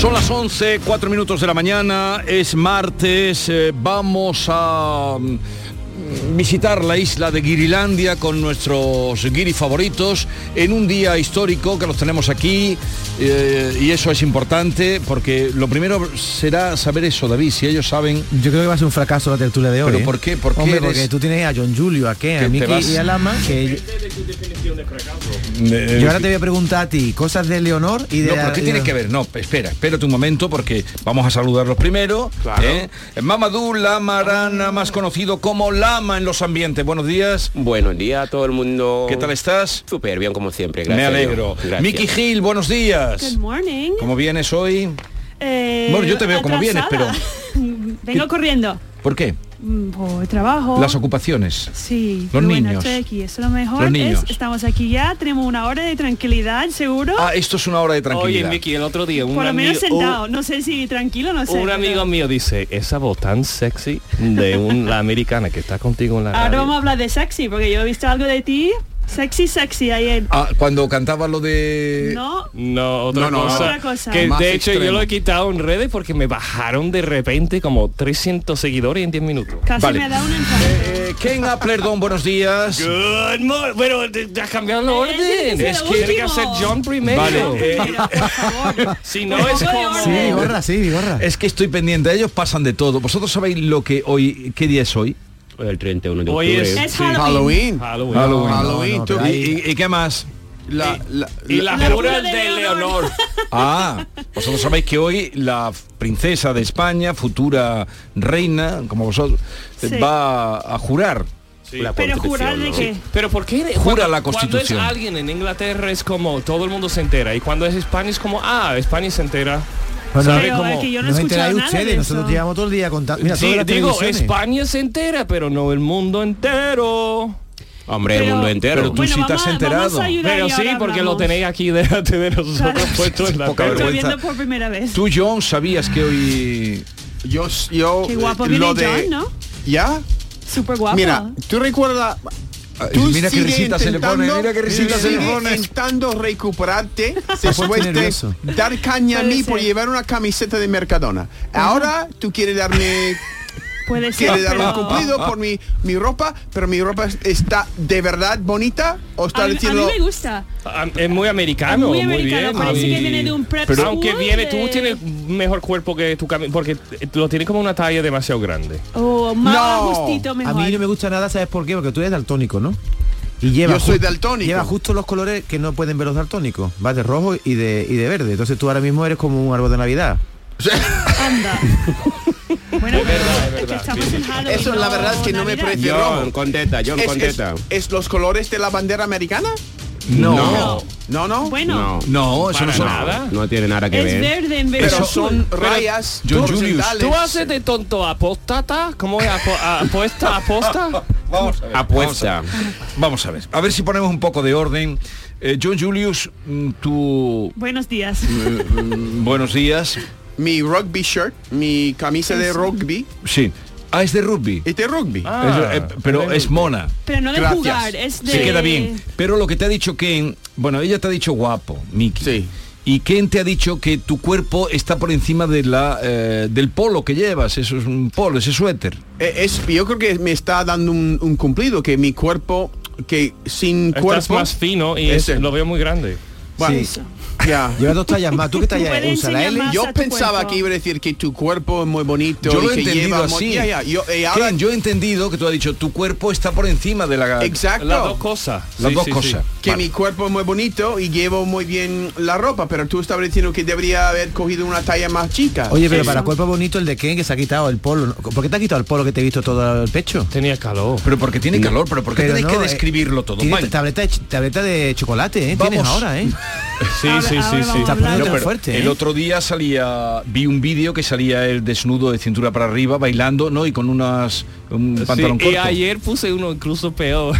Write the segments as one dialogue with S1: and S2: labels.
S1: Son las 11, 4 minutos de la mañana, es martes, eh, vamos a mm, visitar la isla de Guirilandia con nuestros guiri favoritos en un día histórico que los tenemos aquí eh, y eso es importante porque lo primero será saber eso, David, si ellos saben...
S2: Yo creo que va a ser un fracaso la tertulia de hoy.
S1: ¿Pero
S2: ¿eh?
S1: por qué? ¿Por qué
S2: Hombre,
S1: eres-
S2: porque tú tienes a John Julio, a Ken,
S1: Que
S2: a
S1: te vas- Eh,
S2: Miki y a Lama, que yo ahora te voy a preguntar a ti cosas de Leonor y de
S1: No, pero ¿qué tiene que ver? No, espera, espérate un momento porque vamos a saludarlos primero. ¿eh? Mamadou Lamarana, más conocido como Lama en los ambientes. Buenos días.
S3: Buenos días a todo el mundo.
S1: ¿Qué tal estás?
S3: Súper bien como siempre, gracias.
S1: Me alegro. Miki Gil, buenos días.
S4: Good morning.
S1: ¿Cómo vienes hoy?
S4: Eh,
S1: Bueno, yo te veo como vienes,
S4: atrasada. Vengo corriendo.
S1: ¿Por qué?
S4: Mm, Por trabajo.
S1: Las ocupaciones.
S4: Sí,
S1: Los
S4: pero bueno,
S1: niños.
S4: estoy aquí. Eso es lo mejor.
S1: Los
S4: es-
S1: niños.
S4: estamos aquí ya, tenemos una hora de tranquilidad, seguro.
S1: Ah, esto es una hora de
S5: Oye,
S1: tranquilidad.
S5: Miki, el otro día un,
S4: Por lo menos
S5: amigo,
S4: sentado. no sé si tranquilo, no sé.
S5: un
S4: pero-
S5: amigo mío dice, esa voz tan sexy de un- la americana que está contigo en la
S4: Ahora
S5: radio".
S4: vamos a hablar de sexy, porque yo he visto algo de ti. Sexy, sexy ayer.
S1: Ah, cuando cantaba lo de...
S4: No,
S5: No, otra
S1: No, no,
S5: cosa.
S4: otra cosa.
S5: Que
S1: Más
S5: de hecho yo
S1: extremo.
S5: lo he quitado en redes porque me bajaron de repente como 300 seguidores en 10 minutos.
S4: casi
S1: Vale.
S4: me da un infarto.
S1: Eh, Ken Applerdon, buenos días.
S5: Good morning. Bueno, te- te has cambiado la
S4: Eh,
S5: orden.
S4: sí, sí,
S5: es
S4: lo
S5: que tiene que
S4: último.
S5: ser John primero.
S1: Vale,
S5: Eh,
S4: Mira, por favor.
S5: si no
S4: Un
S5: es
S4: poco de
S5: como...
S2: Sí,
S4: orden.
S2: Vigorra, sí, Vigorra.
S1: Es que estoy pendiente, ellos pasan de todo. ¿Vosotros sabéis lo que hoy, qué día es hoy?
S3: El 31 de
S5: Hoy
S3: octubre.
S5: es,
S4: Es
S5: sí.
S4: Halloween.
S5: Halloween.
S1: Halloween.
S2: Halloween, tú-
S1: pero ahí- ¿Y, y qué más?
S5: Y la,
S4: La
S5: jura
S4: jura de
S5: de
S4: Leonor.
S5: Leonor.
S1: Ah, vosotros sabéis que hoy la princesa de España, futura reina, como vosotros,
S4: Sí.
S1: va a jurar.
S3: La
S4: Pero
S3: Constitución,
S4: jurar de
S3: ¿no?
S4: que...
S5: Pero ¿por qué?
S1: Jura
S5: cuando-
S1: la Constitución.
S5: Cuando es alguien en Inglaterra es como todo el mundo se entera y cuando es España es como ah España se entera.
S2: Bueno,
S5: ¿Sabe
S4: Pero
S5: cómo?
S4: es que yo no he
S2: No os
S4: escuchado
S2: enteráis
S4: nada de
S2: ustedes, nosotros
S4: eso.
S2: llevamos todo el día contando. Mira,
S5: Sí,
S2: todas las
S5: digo
S2: televisiones.
S5: España se entera pero no el mundo entero.
S3: Hombre, el
S4: Pero-
S3: mundo entero.
S1: Pero tú sí te has
S4: a-
S1: enterado.
S4: a ayudar
S5: Pero
S4: y
S5: sí
S4: ahora
S5: porque lo
S4: hablamos.
S5: tenéis aquí delante de nosotros
S4: Claro.
S5: puesto en la
S1: Poca
S5: tele.
S4: Lo estoy
S1: vergüenza.
S4: viendo por primera vez.
S1: Tú, John, sabías que hoy...
S6: Yo, yo
S4: Qué guapo
S6: eh,
S4: viene
S6: lo de
S4: John, ¿no?
S6: ya.
S4: Súper guapo.
S6: Mira, tú recuerdas.
S1: mira qué risita se le pone, mira qué risita se le pone. Ah,
S6: Intentando recuperarte
S2: pone
S6: después de
S2: nervioso.
S6: dar caña a
S4: Puede
S6: mí por
S4: ser.
S6: llevar una camiseta de Mercadona. Ahora tú quieres darme
S4: Puede ser,
S6: quiere darme
S4: pero-
S6: un cumplido por mi, mi ropa, pero mi ropa está de verdad bonita o
S4: A,
S6: está
S4: a mí
S6: diciendo
S4: me gusta.
S5: Ah, Es muy
S4: Es
S5: americano,
S4: muy americano.
S5: bien.
S4: Parece
S5: Y-
S4: que viene de un prep
S5: Pero
S4: school
S5: aunque viene,
S4: de-
S5: tú tienes mejor cuerpo que tu cami- porque eh, lo tienes como una talla demasiado grande.
S4: Oh, más
S6: No.
S4: justito
S2: A
S4: mejor.
S2: mí no me gusta nada, ¿sabes por qué? Porque tú eres daltónico, ¿no? Y lleva
S6: Yo soy daltónico.
S2: Lleva justo los colores que no pueden ver los daltónicos. Vas de rojo y de, y de verde. Entonces tú ahora mismo eres como un árbol de Navidad.
S4: Anda. bueno, pero es que estamos en Halloween.
S6: Eso es la verdad que no me
S4: Navidad.
S6: parece.
S3: John, contesta, John,
S6: ¿Es, es-
S3: contesta.
S6: es los colores de la bandera americana?
S1: No,
S3: No.
S6: No, no.
S4: Bueno,
S1: no, eso
S5: Para
S1: no son...
S5: nada.
S3: No tiene nada que
S4: es
S3: ver.
S4: verde en vez de
S6: Pero
S4: azul.
S6: son rayas.
S1: John Julius,
S6: horizontales.
S5: ¿Tú haces de tonto apóstata? ¿Cómo es apo- a- apuesta? ¿Aposta?
S1: Vamos a ver.
S3: Apuesta.
S1: Vamos a ver. A ver si ponemos un poco de orden. Eh, John Julius, mm, tú...
S4: Buenos días.
S1: mm, buenos días.
S6: mi rugby shirt, mi camisa de rugby.
S1: Sí. Ah, es de rugby.
S6: Este rugby.
S1: Es- eh, pero es mona.
S4: Pero no de
S6: Gracias.
S4: jugar, es de...
S1: Se queda bien. Pero lo que te ha dicho Ken, bueno, ella te ha dicho guapo, Miki.
S6: Sí.
S1: Y Ken te ha dicho que tu cuerpo está por encima de la, eh, del polo que llevas, eso es un polo, ese suéter.
S6: Eh, Es, yo creo que me está dando un, un cumplido, que mi cuerpo, que sin
S5: Estás
S6: cuerpo...
S5: más fino y es-
S6: Ese.
S5: lo veo muy grande.
S6: Bueno,
S2: Sí.
S6: ya.
S2: Lleva dos tallas más. ¿Tú qué talla
S4: puedes
S2: usas? ¿La
S4: enseñar
S2: L?
S4: más.
S6: Yo
S4: Pasa tu
S6: pensaba
S4: cuerpo.
S6: que iba a decir que tu cuerpo es muy bonito
S1: Yo lo
S6: y
S1: he
S6: que
S1: entendido
S6: lleva mo-
S1: así.
S6: Ya, ya, Yo, eh, ahora-
S1: Ken, yo he entendido que tú has dicho, tu cuerpo está por encima de la...
S6: exacto.
S5: Las dos cosas.
S1: Las
S5: Sí,
S1: dos
S5: sí, sí.
S1: cosas.
S6: que
S1: Vale.
S6: mi cuerpo es muy bonito y llevo muy bien la ropa, pero tú estabas diciendo que debería haber cogido una talla más chica.
S5: Ah,
S2: Oye, pero
S4: Sí.
S2: para cuerpo bonito el de Ken que se ha quitado el polo. ¿no? ¿Por qué te ha quitado el polo que te he visto todo el pecho?
S5: Tenía calor.
S1: Pero porque tiene calor, pero porque
S2: Pero
S1: tenéis
S2: no,
S1: que
S2: eh,
S1: describirlo todo.
S2: Tiene
S1: Vale.
S2: tableta de, ch- tableta de chocolate, ¿eh? Tienes
S1: Vamos.
S2: ahora, ¿eh?
S5: Sí,
S4: Ahora-
S5: sí, sí, sí.
S4: ahora vamos a
S2: Está
S4: hablar.
S2: poniendo
S1: No, pero
S2: fuerte,
S1: el
S2: ¿eh?
S1: otro día salía, vi un vídeo que salía el desnudo de cintura para arriba bailando, ¿no? Y con unas un pantalón
S5: Sí, y
S1: corto.
S5: ayer puse uno incluso peor.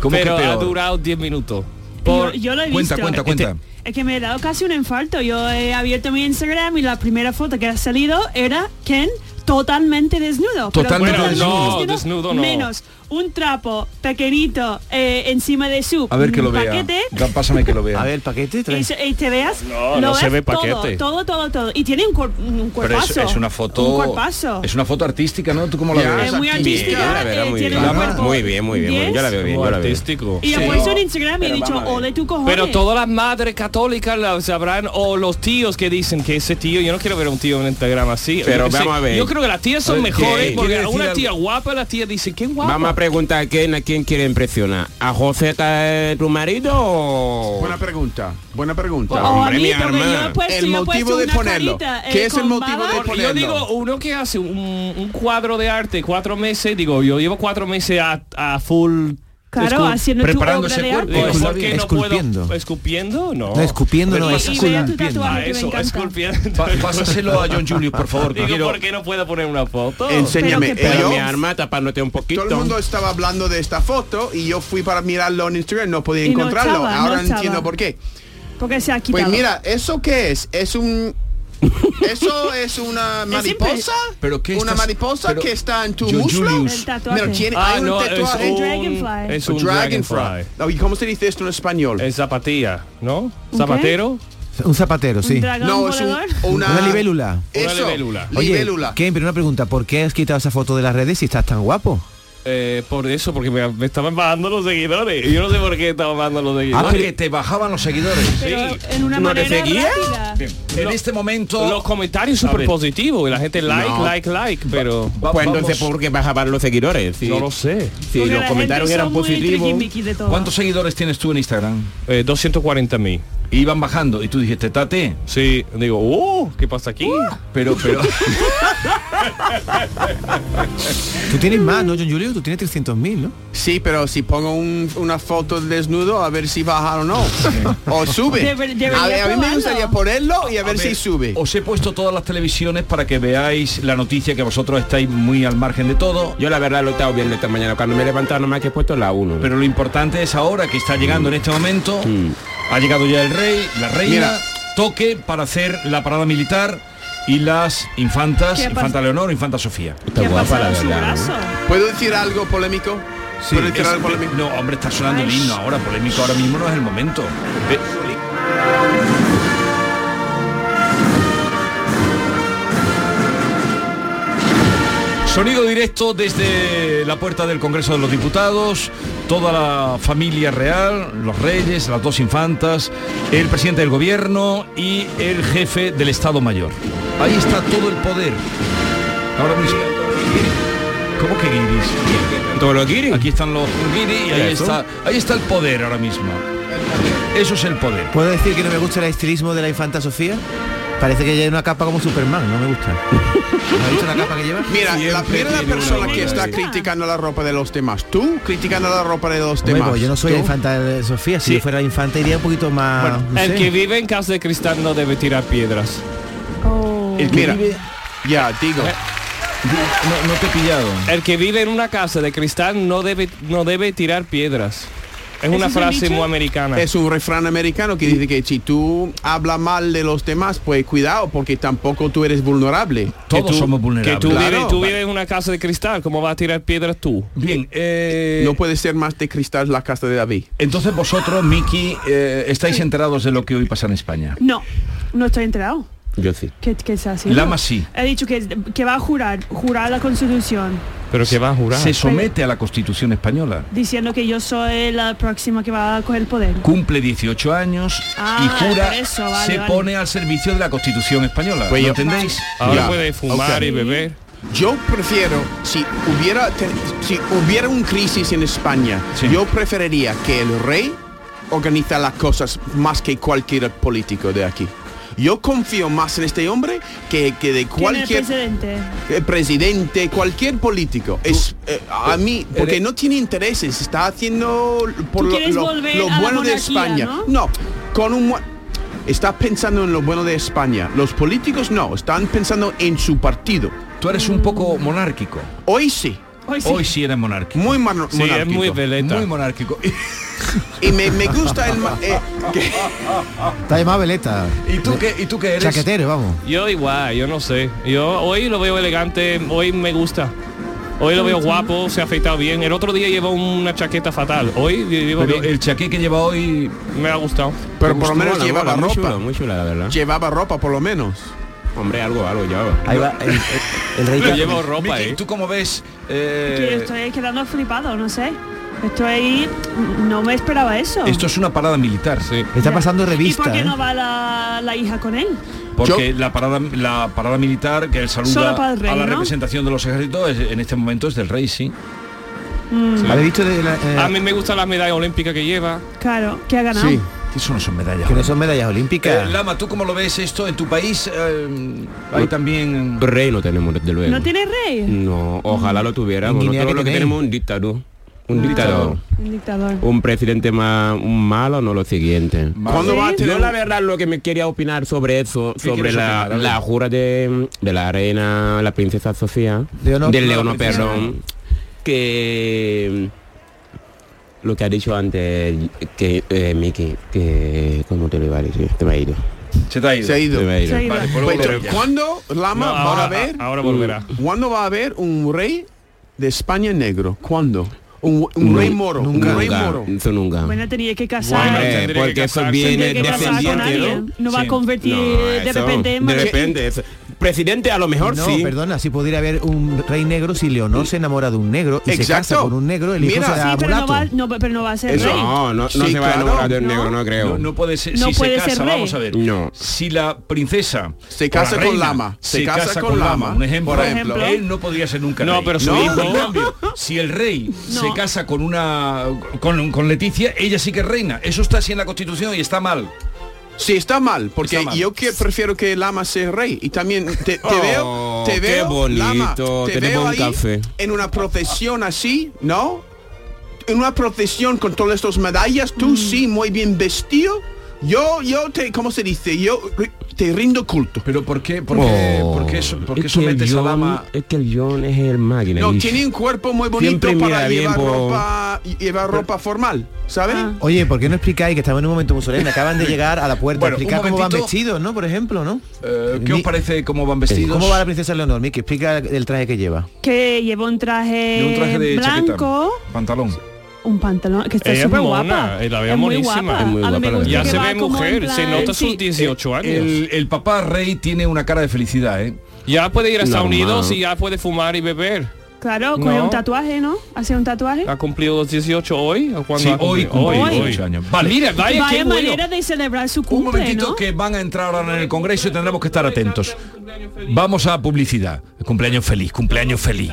S1: ¿Cómo que
S5: pero ha
S1: peor?
S5: durado 10 minutos. Este,
S4: Yo, yo lo he
S1: Cuenta,
S4: visto.
S1: cuenta, cuenta.
S4: Es que me he dado casi un infarto. Yo he abierto mi Instagram y la primera foto que ha salido era Ken totalmente desnudo. Pero
S1: Totalmente
S4: bueno,
S5: desnudo. No, desnudo no.
S4: Menos un trapo pequeñito eh, encima de su
S1: A ver que lo vea.
S4: paquete.
S1: Da- Pásame que lo vea.
S2: A ver, el paquete. trae.
S4: Y, se- y te veas
S5: No,
S4: lo
S5: no se
S4: ves
S5: ve
S4: todo,
S5: paquete.
S4: todo todo todo y tiene un, cuer- un
S1: pero
S4: cuerpazo
S1: es, es una foto.
S4: un cuerpazo
S1: Es una foto artística, ¿no? ¿Tú cómo la
S6: Ya,
S1: ves?
S4: es muy
S6: Bien,
S4: artística
S3: la verdad,
S4: eh,
S3: muy
S4: tiene
S3: bien.
S4: un
S3: La-
S4: cuerpo
S3: muy bien, muy bien, muy bien. Yo la veo bien, yo la veo.
S5: artístico.
S4: y lo he
S6: Sí.
S4: puesto en Instagram y he
S6: Pero
S4: dicho
S6: vamos a ver.
S4: ole tu cojones
S5: Pero todas las madres católicas la sabrán o los tíos que dicen que ese tío, yo no quiero ver a un tío en Instagram así.
S3: Pero
S5: Yo qué
S3: vamos
S5: sé,
S3: a ver.
S5: Yo creo que las tías son
S3: Oye,
S5: mejores
S3: ¿qué?
S5: porque
S3: Quiere
S5: a
S3: decir
S5: una
S3: algo.
S5: tía guapa la tía dice, qué guapa.
S3: Vamos a preguntar a quién, a quién quiere impresionar. ¿A José eh, tu marido o...?
S6: Buena pregunta, buena pregunta.
S4: Oh,
S3: Hombre, mi
S4: amito, que
S3: arma.
S4: yo he puesto-
S6: El
S4: yo he
S6: motivo
S4: puesto
S6: de
S4: una
S6: ponerlo.
S4: carita, eh,
S6: ¿Qué es el
S4: con
S6: motivo de
S4: baba?
S6: ponerlo?
S5: yo digo, uno que hace un, un cuadro de arte cuatro meses, digo, yo llevo cuatro meses a, a full...
S4: Claro,
S5: escu-
S4: haciendo tu obra
S1: preparando ese
S4: de
S1: cuerpo.
S4: arte.
S5: Digo,
S2: Esculpi-
S5: ¿por qué no
S2: esculpiendo.
S5: puedo? ¿Escupiendo? No.
S2: No, escupiendo no
S4: Y-
S2: es.
S4: y vea tu
S2: esculpiendo.
S4: tatuaje.
S5: Ah,
S4: Ay, que me
S5: eso,
S4: encanta.
S5: esculpiendo.
S1: Pa- pásaselo a John Julius, por favor. que
S5: Digo,
S1: quiero-
S5: ¿por qué no puedo poner una foto?
S6: Enséñame.
S4: Pero que-
S3: Pero
S6: Yo-
S3: eh, mi arma tapándote un poquito.
S6: todo el mundo estaba hablando de esta foto y yo fui para mirarlo en Instagram, no podía
S4: Y no
S6: encontrarlo.
S4: estaba, no
S6: Ahora no
S4: estaba.
S6: entiendo por qué.
S4: Porque se ha
S6: Pues
S4: quitado.
S6: mira, ¿eso qué es? Es un... ¿Eso es una mariposa?
S1: ¿Pero qué
S6: ¿Una
S1: estás-
S6: mariposa
S1: pero-
S6: que está en tu
S1: Yo-
S6: muslo?
S1: Julius.
S4: El tatuaje.
S6: Pero tiene-
S5: Ah,
S6: hay un
S5: no, es
S6: tatuaje.
S5: un,
S4: Dragonfly.
S5: Es un
S6: dragonfly.
S5: dragonfly.
S6: Oh, ¿Y cómo se dice esto en español?
S5: Es zapatilla, ¿no? Zapatero.
S2: Un zapatero,
S4: un
S2: sí.
S4: dragón
S6: no, es un-
S4: volador.
S6: una...
S2: Una libélula.
S6: Eso,
S5: Una libélula.
S2: Oye,
S6: libélula.
S2: Ken, pero una pregunta, ¿por qué has quitado esa foto de las redes si estás tan guapo?
S5: Eh, por eso, porque me, me estaban bajando los seguidores. Yo no sé por qué estaban bajando los
S1: Ah,
S5: seguidores.
S1: que te bajaban los seguidores.
S4: Pero en una
S3: ¿No te
S4: manera
S3: seguía?
S4: rápida.
S1: En este momento.
S5: los comentarios súper positivos y la gente like,
S3: No.
S5: like, like, pero
S1: Va-
S3: Pues entonces,
S1: vamos.
S3: ¿por qué bajaban los seguidores? Si,
S5: no lo sé.
S3: si
S4: Porque
S3: los
S4: la
S3: comentarios
S4: gente
S3: eran
S4: son muy
S3: positivos.
S4: triqui-miqui de todo.
S1: ¿Cuántos seguidores tienes tú en Instagram?
S5: Eh, 240 mil.
S1: Iban bajando y tú dijiste, tate.
S5: Sí, digo, uh, ¿qué pasa aquí?
S1: Pero, pero.
S2: Tú tienes
S1: Ah,
S2: más, ¿no, John Julio? Tú tienes 300.000, ¿no?
S6: Sí, pero si pongo un- una foto desnudo a ver si baja o no. o sube.
S4: Deber- debería
S6: a, ver, a mí me
S4: probarlo.
S6: gustaría ponerlo y a, ver, si sube.
S1: Os he puesto todas las televisiones para que veáis la noticia que vosotros estáis muy al margen de todo.
S3: Yo la verdad lo he estado viendo esta mañana. Cuando me he levantado nomás que he puesto la 1.
S1: Pero lo importante es ahora que está llegando en este momento.
S3: Mm.
S1: Ha llegado ya el rey, la reina.
S6: Mira.
S1: Toque para hacer la parada militar y las infantas,
S4: ¿Qué pasa?
S1: infanta Leonor, infanta Sofía.
S4: ¿Qué ha
S3: guapa, la
S4: pasado en su
S3: verdad,
S4: brazo?
S6: ¿Puedo decir algo polémico? ¿Puedo decir
S1: Es-
S6: algo polémico?
S1: no, hombre, está sonando el
S4: Ay.
S1: himno ahora, polémico ahora mismo no es el momento. Ve- Sonido directo desde la puerta del Congreso de los Diputados, toda la familia real, los reyes, las dos infantas, el presidente del gobierno y el jefe del Estado Mayor. Ahí está todo el poder. Ahora mismo. ¿Cómo que guiris?
S3: Todo lo quieren.
S1: Aquí están los guiri y ahí
S3: Eso.
S1: está, ahí está el poder ahora mismo. Eso es el poder.
S2: ¿Puedo decir que no me gusta el estilismo de la infanta Sofía? Parece que lleva una capa como Superman, no me gusta. ¿No has visto la capa que lleva?
S6: Mira, la
S3: Siempre
S6: primera
S3: tiene una
S6: persona
S3: buena
S6: que está
S4: idea.
S6: criticando la ropa de los demás. Tú criticando la ropa de los
S2: Hombre,
S6: demás.
S2: pues yo no soy la
S6: Tú.
S2: infanta de Sofía, si
S5: Sí.
S2: yo fuera la infanta iría un poquito más...
S3: Ah,
S2: no
S5: El
S2: sé.
S5: que vive en casa de cristal no debe tirar piedras.
S4: Oh.
S1: El que
S6: Mira,
S1: vive-
S6: ya, digo.
S1: no, no te he pillado.
S5: Eh. El que vive en una casa de cristal no debe, no debe tirar piedras. Es
S4: ¿Ese
S5: una
S4: es el
S5: frase
S4: dicho?
S5: muy americana.
S6: Es un refrán americano que dice que si tú hablas mal de los demás, pues cuidado, porque tampoco tú eres vulnerable.
S5: Que
S1: Todos
S5: tú-
S1: somos
S5: Que
S1: vulnerables.
S5: tú,
S6: Claro,
S5: vives, tú
S6: va-
S5: vives en una casa de cristal, ¿cómo vas a tirar piedras tú?
S1: Bien, eh,
S6: No puede ser más de cristal la casa de David.
S1: entonces vosotros, Miki, eh, estáis enterados de lo que hoy pasa en España.
S4: No, no estoy enterado.
S3: Yo sí.
S4: ¿Qué, qué se hace?
S1: Lama sí.
S4: He dicho que, que va a jurar, jurar la Constitución,
S5: Pero que va a jurar.
S1: Se somete a la Constitución española.
S4: diciendo que yo soy la próxima que va a coger el poder.
S1: Cumple 18 años
S4: Ah,
S1: y jura
S4: por eso, vale,
S1: se
S4: vale.
S1: pone al servicio de la Constitución española.
S6: Pues
S1: ¿Lo
S6: yo-
S1: entendéis?
S5: Ahora
S6: Ya,
S5: puede fumar
S6: ok.
S5: y beber.
S6: Yo prefiero, si hubiera, te- si hubiera un crisis en España,
S1: Sí.
S6: yo preferiría que el rey organiza las cosas más que cualquier político de aquí. Yo confío más en este hombre que, que de
S4: Tiene
S6: cualquier
S4: precedente.
S6: eh, presidente, cualquier político. Es eh, a mí, porque no tiene intereses, está haciendo por lo,
S4: Tú quieres
S6: lo-
S4: volver
S6: lo
S4: a la
S6: bueno de
S4: monarquía,
S6: España.
S4: ¿no?
S6: con un mu- está pensando en lo bueno de España. Los políticos no, están pensando en su partido.
S1: Tú eres un poco monárquico.
S6: Hoy sí,
S4: Mm. Hoy sí.
S1: Hoy sí eres monárquico.
S6: muy mar-
S5: Sí, es
S6: monárquico.
S5: muy veleta.
S1: Muy monárquico.
S6: Y me, me gusta el ma- eh, que-
S2: Está llamado veleta.
S1: ¿Y tú qué, y tú qué eres?
S2: Chaquetero, vamos.
S5: Yo igual, yo no sé. Yo hoy lo veo elegante, hoy me gusta. Hoy lo veo guapo, se ha afeitado bien. El otro día llevó una chaqueta fatal. Hoy llevo
S1: Pero
S5: bien.
S1: el chaqué que lleva hoy...
S5: me ha gustado.
S6: pero por lo menos
S3: Mola,
S6: llevaba
S3: mola,
S6: ropa.
S3: muy chula, muy chula, la verdad.
S6: Llevaba ropa por lo menos.
S3: Hombre, algo, algo llevaba.
S2: Ahí va el, el- el rey.
S5: Yo
S2: Carlos.
S5: llevo ropa,
S1: Miki,
S5: eh.
S1: ¿tú cómo ves?
S4: Que
S1: eh,
S4: estoy quedando flipado, no sé. Estoy... No me esperaba eso.
S1: esto es una parada militar.
S5: Sí.
S2: Está pasando
S4: ¿Y por
S2: revista.
S4: qué
S2: ¿eh?
S4: no va la, la hija con él?
S1: Porque la parada la parada militar que él saluda
S4: Solo para el rey,
S1: a la
S4: ¿no?
S1: representación de los ejércitos es- en este momento es del rey, sí.
S4: Mm,
S2: ¿Habéis visto de la, eh,
S5: A mí me gustan las medallas olímpicas que lleva.
S1: Eh,
S4: Claro, que ha ganado.
S6: Sí.
S1: Eso no son medallas.
S2: que no son medallas
S1: Eh,
S2: olímpicas?
S1: Lama, ¿tú cómo lo ves esto en tu país? Eh, hay también...
S3: Rey no tenemos, desde luego.
S4: ¿No tiene rey?
S3: No, ojalá lo tuviéramos.
S2: En Guinea,
S3: Nosotros
S2: ¿qué
S3: lo que
S2: tenéis?
S3: tenemos es un dictador. Un dictador.
S4: Un dictador.
S3: Un presidente más un malo, no lo siguiente.
S6: ¿Cuándo va a
S4: ¿Sí?
S6: tener
S3: Yo la verdad lo que me quería opinar sobre eso, sobre
S1: quieres
S3: la,
S1: opinar? A ver.
S3: la jura de, de la reina, la princesa Sofía,
S2: Leonor-
S3: de
S2: no,
S3: Leono,
S2: la princesa.
S3: perdón, que mm, lo que ha dicho antes que eh, Miki, que cómo te lo iba a decir, te me ha ido.
S1: Se te ha ido.
S6: se ha ido?
S3: Te me ha ido.
S4: Se ha ido.
S1: Vale, pues luego
S6: Pues,
S1: lo vemos.
S6: ¿Cuándo Lama
S5: No,
S6: va
S5: ahora,
S6: a ver?
S5: ahora volverá.
S6: ¿Cuándo va a haber un rey de España negro? ¿Cuándo? Un, un rey moro, un rey
S3: Nunca,
S6: moro.
S3: eso nunca.
S4: Bueno, tenía que casar.
S5: Bueno,
S3: Hombre,
S5: tendría que
S3: porque eso
S5: casarse.
S3: viene
S4: Tiene que casar con
S3: descendiente, ¿no?
S4: alguien. No va
S1: Sí.
S4: a convertir
S3: No,
S4: de
S3: eso,
S4: repente en
S3: de
S4: monarquía.
S3: repente, eso. presidente a lo mejor
S2: No,
S3: sí.
S2: perdona, si podría haber un rey negro si Leonor se enamora de un negro y se
S6: Exacto.
S2: casa con un negro, el hijo
S6: Mira.
S2: se da
S4: Sí, pero no,
S2: mulato.
S4: va, no, pero no va a ser
S3: Eso,
S4: rey.
S3: no, no, no
S6: Sí,
S3: se va a
S6: claro.
S3: enamorar de un
S4: No.
S3: negro, no creo.
S1: No, no puede ser.
S4: No
S1: si
S4: puede
S1: se
S4: ser
S1: casa,
S4: rey.
S1: vamos a ver.
S3: No.
S1: Si la princesa
S6: Se
S1: o la
S6: casa con
S1: reina
S6: lama,
S1: Se, casa, con lama. Un ejemplo.
S6: Por
S4: ejemplo.
S1: Él no podría ser nunca.
S5: No,
S1: rey.
S5: pero su
S1: En
S5: hijo-
S1: cambio, si el rey
S4: No.
S1: se casa con una con, con Leticia, ella sí que es reina. Eso está así en la Constitución y está mal.
S6: Sí, está mal, porque
S1: Está mal.
S6: Eh, yo que prefiero que Lama sea rey. Y también te, te
S3: Oh,
S6: veo, te
S3: qué
S6: veo, Lama,
S3: bonito,
S6: te
S3: tenemos
S6: veo
S3: un
S6: ahí
S3: café.
S6: en una procesión así, ¿no? En una procesión con todas estas medallas, tú
S3: Mm.
S6: sí, muy bien vestido. Yo, yo te, ¿cómo se dice? Yo ri- te rindo culto.
S1: Pero ¿por qué? ¿Por qué, por qué, so- por qué
S3: Oh. es que el
S1: sometes a
S3: John,
S1: lama?
S3: Es que el John es el máquina.
S6: No,
S3: y-
S6: tiene un cuerpo muy bonito
S3: Siempre mira
S6: para
S3: bien
S6: llevar
S3: por-
S6: ropa, llevar ropa formal, ¿sabes?
S4: Ah.
S2: Oye, ¿por qué no explicáis que estamos en un momento muy solemne? Acaban de llegar a la puerta.
S1: Bueno, un
S2: Explica cómo van
S1: momentito.
S2: vestidos, ¿no? Por ejemplo, ¿no?
S1: Eh, ¿Qué os
S2: Ni-
S1: parece cómo van vestidos?
S2: ¿Cómo va la princesa Leonor? Miki, explica el traje que lleva.
S4: Que lleva un traje,
S1: De un traje de
S4: blanco,
S1: chaqueta, pantalón.
S4: un pantalón, que está
S5: Ella es
S4: súper
S5: mona,
S4: guapa.
S5: eh, la veo
S4: es muy
S5: monísima.
S4: guapa.
S3: Es muy
S4: A
S3: guapa,
S4: mí me
S3: la
S4: gusta
S3: verdad.
S5: Ya
S4: que
S5: se
S4: va
S5: ve
S4: como en
S5: mujer, se
S4: plan-
S5: nota
S4: sí.
S5: sus 18 años.
S1: Eh, El, el papá rey tiene una cara de felicidad, ¿eh?
S5: Ya puede ir a Estados
S3: Normal.
S5: Unidos y ya puede fumar y beber.
S4: Claro, coge
S5: No.
S4: un tatuaje, ¿no? Hace un tatuaje.
S5: ¿Ha cumplido los 18 hoy? ¿O cuándo
S1: Sí,
S5: ha
S1: hoy
S5: cumplido?
S1: cumple
S4: Hoy.
S1: 18 años. Vale, mira,
S5: Mira, vaya, qué
S4: Vaya
S5: bueno.
S4: manera de celebrar su
S1: un
S4: cumple,
S1: momentito
S4: ¿no?
S1: que van a entrar ahora en el Congreso y tendremos que estar atentos. Vamos a publicidad. Cumpleaños feliz, cumpleaños feliz.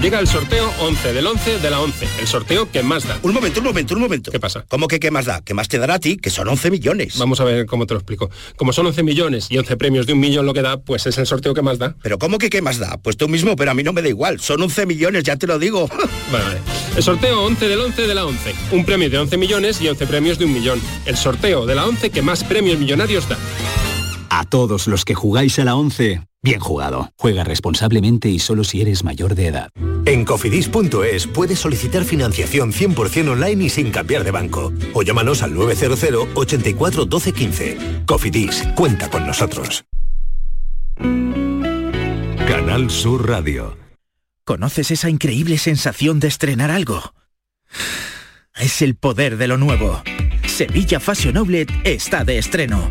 S7: Llega el sorteo 11 del 11 de la 11, el sorteo que más da.
S8: Un momento, un momento, un momento.
S7: ¿Qué pasa?
S8: ¿Cómo que qué más da? ¿Qué más te dará a ti? Que son 11 millones.
S7: Vamos a ver cómo te lo explico. Como son 11 millones y 11 premios de un millón lo que da, pues es el sorteo que más da.
S8: ¿Pero cómo que qué más da? Pues tú mismo, pero a mí no me da igual. Son 11 millones, ya te lo digo.
S7: Vale, vale. El sorteo 11 del 11 de la 11. Un premio de 11 millones y 11 premios de un millón. El sorteo de la 11 que más premios millonarios da.
S9: A todos los que jugáis a la 11, bien jugado. Juega responsablemente y solo si eres mayor de edad.
S10: En cofidis.es puedes solicitar financiación 100% online y sin cambiar de banco. O llámanos al 900 84 12 15. Cofidis, cuenta con nosotros. Canal Sur Radio.
S9: ¿Conoces esa increíble sensación de estrenar algo? Es el poder de lo nuevo. Sevilla Fashion Outlet está de estreno.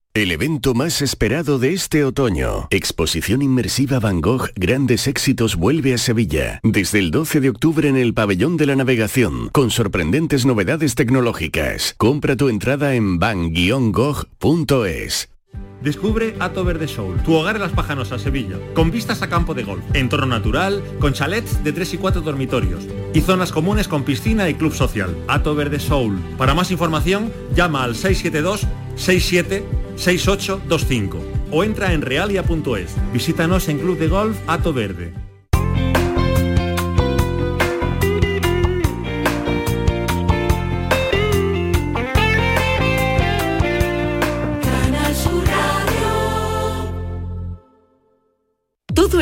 S11: El evento más esperado de este otoño, Exposición Inmersiva Van Gogh Grandes Éxitos vuelve a Sevilla, desde el 12 de octubre en el Pabellón de la Navegación, con sorprendentes novedades tecnológicas. Compra tu entrada en van-gogh.es.
S12: Descubre Ato Verde Soul, tu hogar en Las Pajanosas, Sevilla, con vistas a campo de golf, entorno natural, con chalets de 3 y 4 dormitorios y zonas comunes con piscina y club social. Ato Verde Soul. Para más información, llama al 672-676825 o entra en realia.es. Visítanos en Club de Golf Ato Verde.
S13: Canal Sur Todo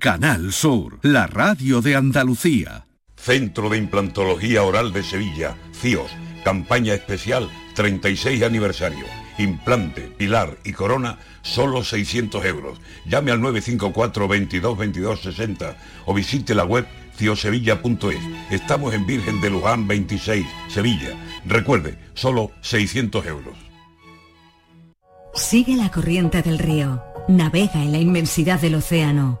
S14: Canal Sur, la radio de Andalucía.
S15: Centro de Implantología Oral de Sevilla, CIOS, campaña especial 36 aniversario. Implante, pilar y corona, solo 600 euros. Llame al 954 22 22 60 o visite la web ciosevilla.es. Estamos en Virgen de Luján 26, Sevilla. Recuerde, solo 600 euros.
S16: Sigue la corriente del río, navega en la inmensidad del océano,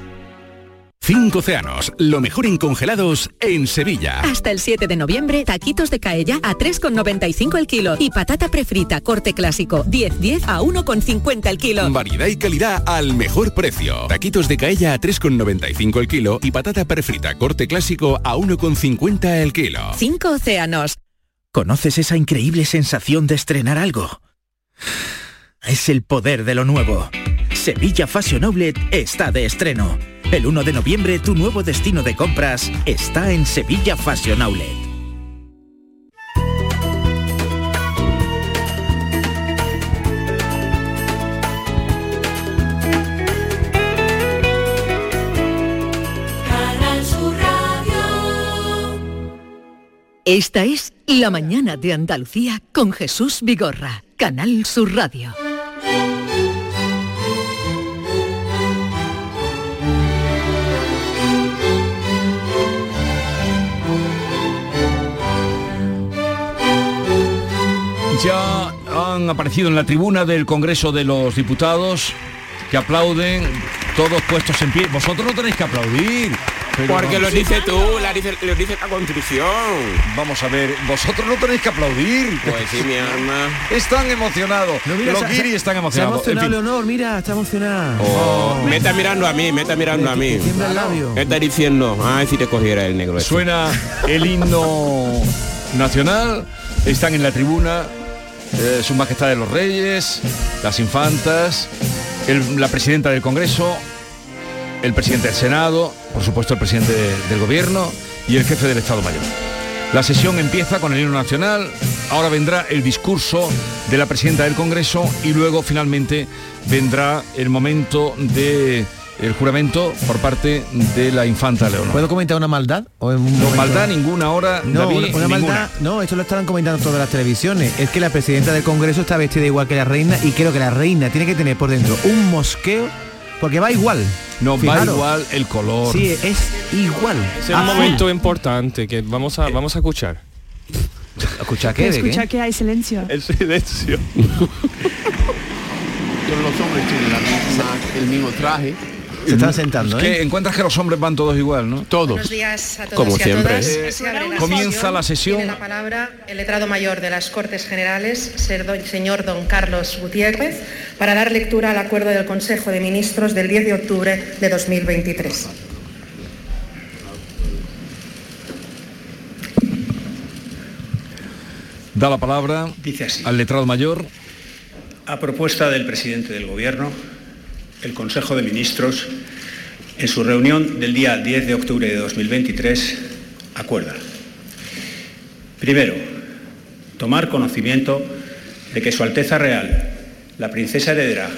S17: Cinco océanos, lo mejor en congelados en Sevilla.
S18: Hasta el 7 de noviembre, taquitos de caella a 3,95 el kilo y patata prefrita corte clásico 10-10 a 1,50 el kilo.
S17: Variedad y calidad al mejor precio. Taquitos de caella a 3,95 el kilo y patata perfrita corte clásico a 1,50 el kilo.
S18: Cinco océanos.
S19: ¿Conoces esa increíble sensación de estrenar algo? Es el poder de lo nuevo. Sevilla Fashion Outlet está de estreno. El 1 de noviembre tu nuevo destino de compras está en Sevilla Fashion Outlet.
S13: Canal Sur Radio. Esta es La mañana de Andalucía con Jesús Vigorra, Canal Sur Radio.
S1: Ya han aparecido en la tribuna del Congreso de los Diputados que aplauden, todos puestos en pie. Vosotros no tenéis que aplaudir. pero
S3: Porque
S1: no-
S3: lo
S1: Sí.
S3: dice tú, la dice, lo dice la constitución.
S1: Vamos a ver, vosotros no tenéis que aplaudir.
S3: Pues sí, mi alma.
S1: Están emocionados.
S2: mira,
S1: Los
S2: se-
S1: guiris están
S2: Se ha
S1: emocionados. En
S2: emocionado,
S1: fin. Oh.
S2: Leonor, mira, está emocionada.
S3: Me está mirando a mí, me está mirando a mí.
S2: Tiembla el labio.
S3: Me está diciendo, ay, si te cogiera el negro. este.
S1: Suena el himno nacional, están en la tribuna eh, Su Majestad de los Reyes, las infantas, el- la presidenta del Congreso, el presidente del Senado, por supuesto el presidente de- del Gobierno y el jefe del Estado Mayor. La sesión empieza con el himno nacional, ahora vendrá el discurso de la presidenta del Congreso y luego finalmente vendrá el momento de el juramento por parte de la infanta Leonor.
S2: ¿Puedo comentar una maldad? ¿O en un
S1: No
S2: momento-
S1: maldad ninguna ahora,
S2: No,
S1: David,
S2: una, una
S1: ninguna.
S2: maldad, no, esto lo estaban comentando todas las televisiones. Es que la presidenta del Congreso está vestida igual que la reina y creo que la reina tiene que tener por dentro un mosqueo porque va igual.
S1: No,
S2: Fijaros.
S1: va igual eh. el color.
S2: Sí, es igual.
S5: Es un momento importante que vamos a, vamos a escuchar.
S2: ¿Escucha
S4: Que escucha que hay silencio.
S5: El silencio.
S6: Todos los hombres tienen la misma- el mismo traje,
S2: Se están sentando, ¿eh?
S1: Es que encuentras que los hombres van todos igual, ¿no?
S7: Buenos días a todos
S1: Como
S7: y a
S1: siempre.
S7: todas.
S1: Eh,
S7: Se abre
S1: comienza la sesión.
S7: Tiene la palabra el letrado mayor de las Cortes Generales, ser do- señor don Carlos Gutiérrez, para dar lectura al acuerdo del Consejo de Ministros del 10 de octubre de 2023.
S1: Da la palabra al letrado mayor.
S8: A propuesta del presidente del Gobierno, el Consejo de Ministros, en su reunión del día 10 de octubre de 2023, acuerda. Primero, tomar conocimiento de que Su Alteza Real, la princesa heredera,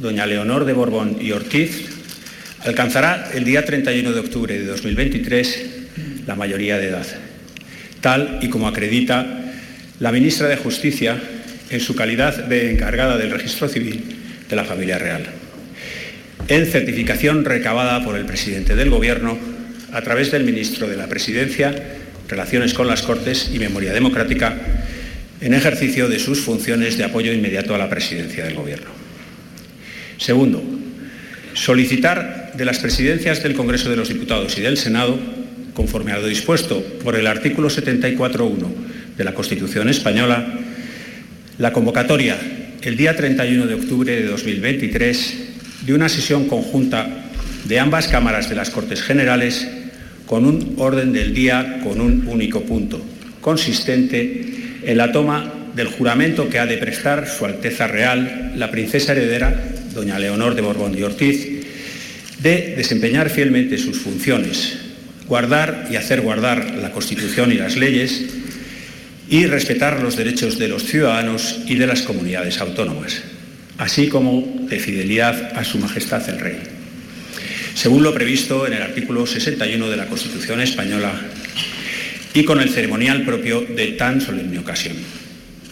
S8: doña Leonor de Borbón y Ortiz, alcanzará el día 31 de octubre de 2023 la mayoría de edad, tal y como acredita la ministra de Justicia en su calidad de encargada del registro civil de la familia real. En certificación recabada por el presidente del Gobierno a través del ministro de la Presidencia, Relaciones con las Cortes y Memoria Democrática, en ejercicio de sus funciones de apoyo inmediato a la presidencia del Gobierno. Segundo, solicitar de las presidencias del Congreso de los Diputados y del Senado, conforme a lo dispuesto por el artículo 74.1 de la Constitución española, la convocatoria el día 31 de octubre de 2023 de una sesión conjunta de ambas cámaras de las Cortes Generales con un orden del día con un único punto, consistente en la toma del juramento que ha de prestar Su Alteza Real, la princesa heredera, doña Leonor de Borbón y Ortiz, de desempeñar fielmente sus funciones, guardar y hacer guardar la Constitución y las leyes, y respetar los derechos de los ciudadanos y de las comunidades autónomas, así como de fidelidad a Su Majestad el Rey, según lo previsto en el artículo 61 de la Constitución española y con el ceremonial propio de tan solemne ocasión.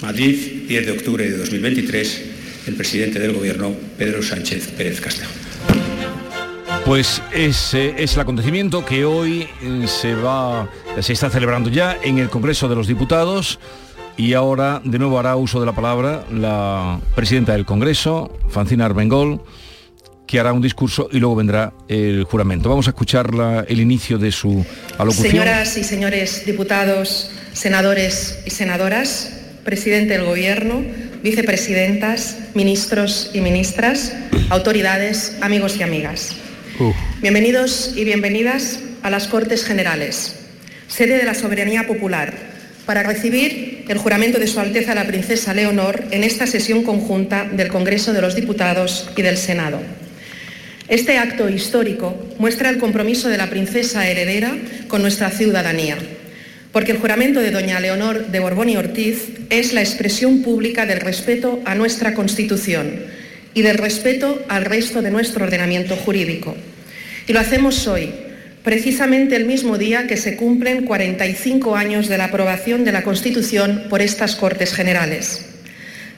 S8: Madrid, 10 de octubre de 2023, el presidente del Gobierno, Pedro Sánchez Pérez Castejón.
S1: Pues ese es el acontecimiento que hoy eh, se va, se está celebrando ya en el Congreso de los Diputados y ahora de nuevo hará uso de la palabra la presidenta del Congreso, Francina Armengol, que hará un discurso y luego vendrá el juramento. Vamos a escuchar la- el inicio de su alocución.
S7: Señoras y señores diputados, senadores y senadoras, presidente del Gobierno, vicepresidentas, ministros y ministras, autoridades, amigos y amigas. Bienvenidos y bienvenidas a las Cortes Generales, sede de la soberanía popular, para recibir el juramento de Su Alteza la Princesa Leonor en esta sesión conjunta del Congreso de los Diputados y del Senado. Este acto histórico muestra el compromiso de la princesa heredera con nuestra ciudadanía, porque el juramento de doña Leonor de Borbón y Ortiz es la expresión pública del respeto a nuestra Constitución y del respeto al resto de nuestro ordenamiento jurídico. Y lo hacemos hoy, precisamente el mismo día que se cumplen 45 años de la aprobación de la Constitución por estas Cortes Generales.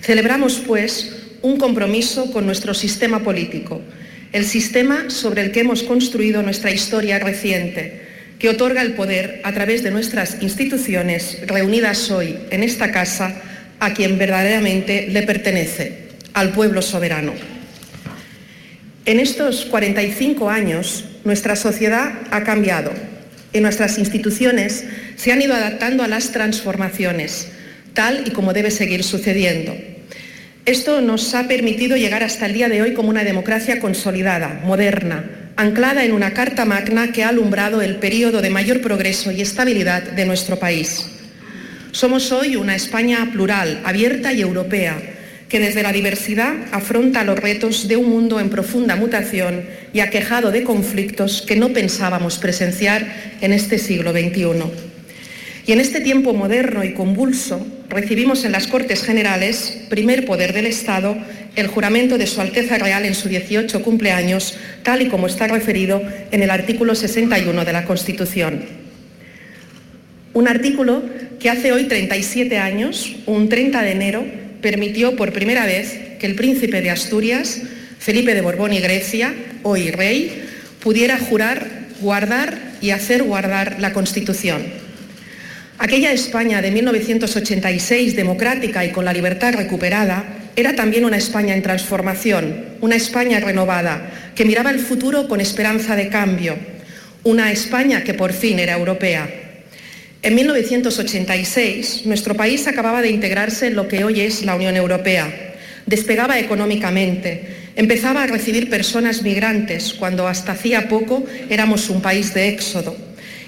S7: Celebramos, pues, un compromiso con nuestro sistema político, el sistema sobre el que hemos construido nuestra historia reciente, que otorga el poder a través de nuestras instituciones reunidas hoy en esta casa a quien verdaderamente le pertenece, al pueblo soberano. En estos 45 años, nuestra sociedad ha cambiado y nuestras instituciones se han ido adaptando a las transformaciones, tal y como debe seguir sucediendo. Esto nos ha permitido llegar hasta el día de hoy como una democracia consolidada, moderna, anclada en una Carta Magna que ha alumbrado el periodo de mayor progreso y estabilidad de nuestro país. Somos hoy una España plural, abierta y europea, que desde la diversidad afronta los retos de un mundo en profunda mutación y aquejado de conflictos que no pensábamos presenciar en este siglo XXI. Y en este tiempo moderno y convulso, recibimos en las Cortes Generales, primer poder del Estado, el juramento de Su Alteza Real en su 18 cumpleaños, tal y como está referido en el artículo 61 de la Constitución. Un artículo que hace hoy 37 años, un 30 de enero, permitió por primera vez que el príncipe de Asturias, Felipe de Borbón y Grecia, hoy rey, pudiera jurar, guardar y hacer guardar la Constitución. Aquella España de 1986 democrática y con la libertad recuperada Era también una España en transformación, una España renovada, que miraba el futuro con esperanza de cambio, una España que por fin era europea. En 1986, nuestro país acababa de integrarse en lo que hoy es la Unión Europea. Despegaba económicamente, empezaba a recibir personas migrantes cuando hasta hacía poco éramos un país de éxodo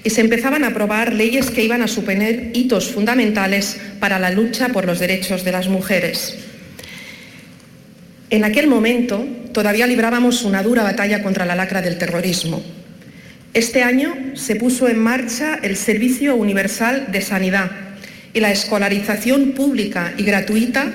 S7: y se empezaban a aprobar leyes que iban a suponer hitos fundamentales para la lucha por los derechos de las mujeres. En aquel momento todavía librábamos una dura batalla contra la lacra del terrorismo. Este año se puso en marcha el Servicio Universal de Sanidad y la escolarización pública y gratuita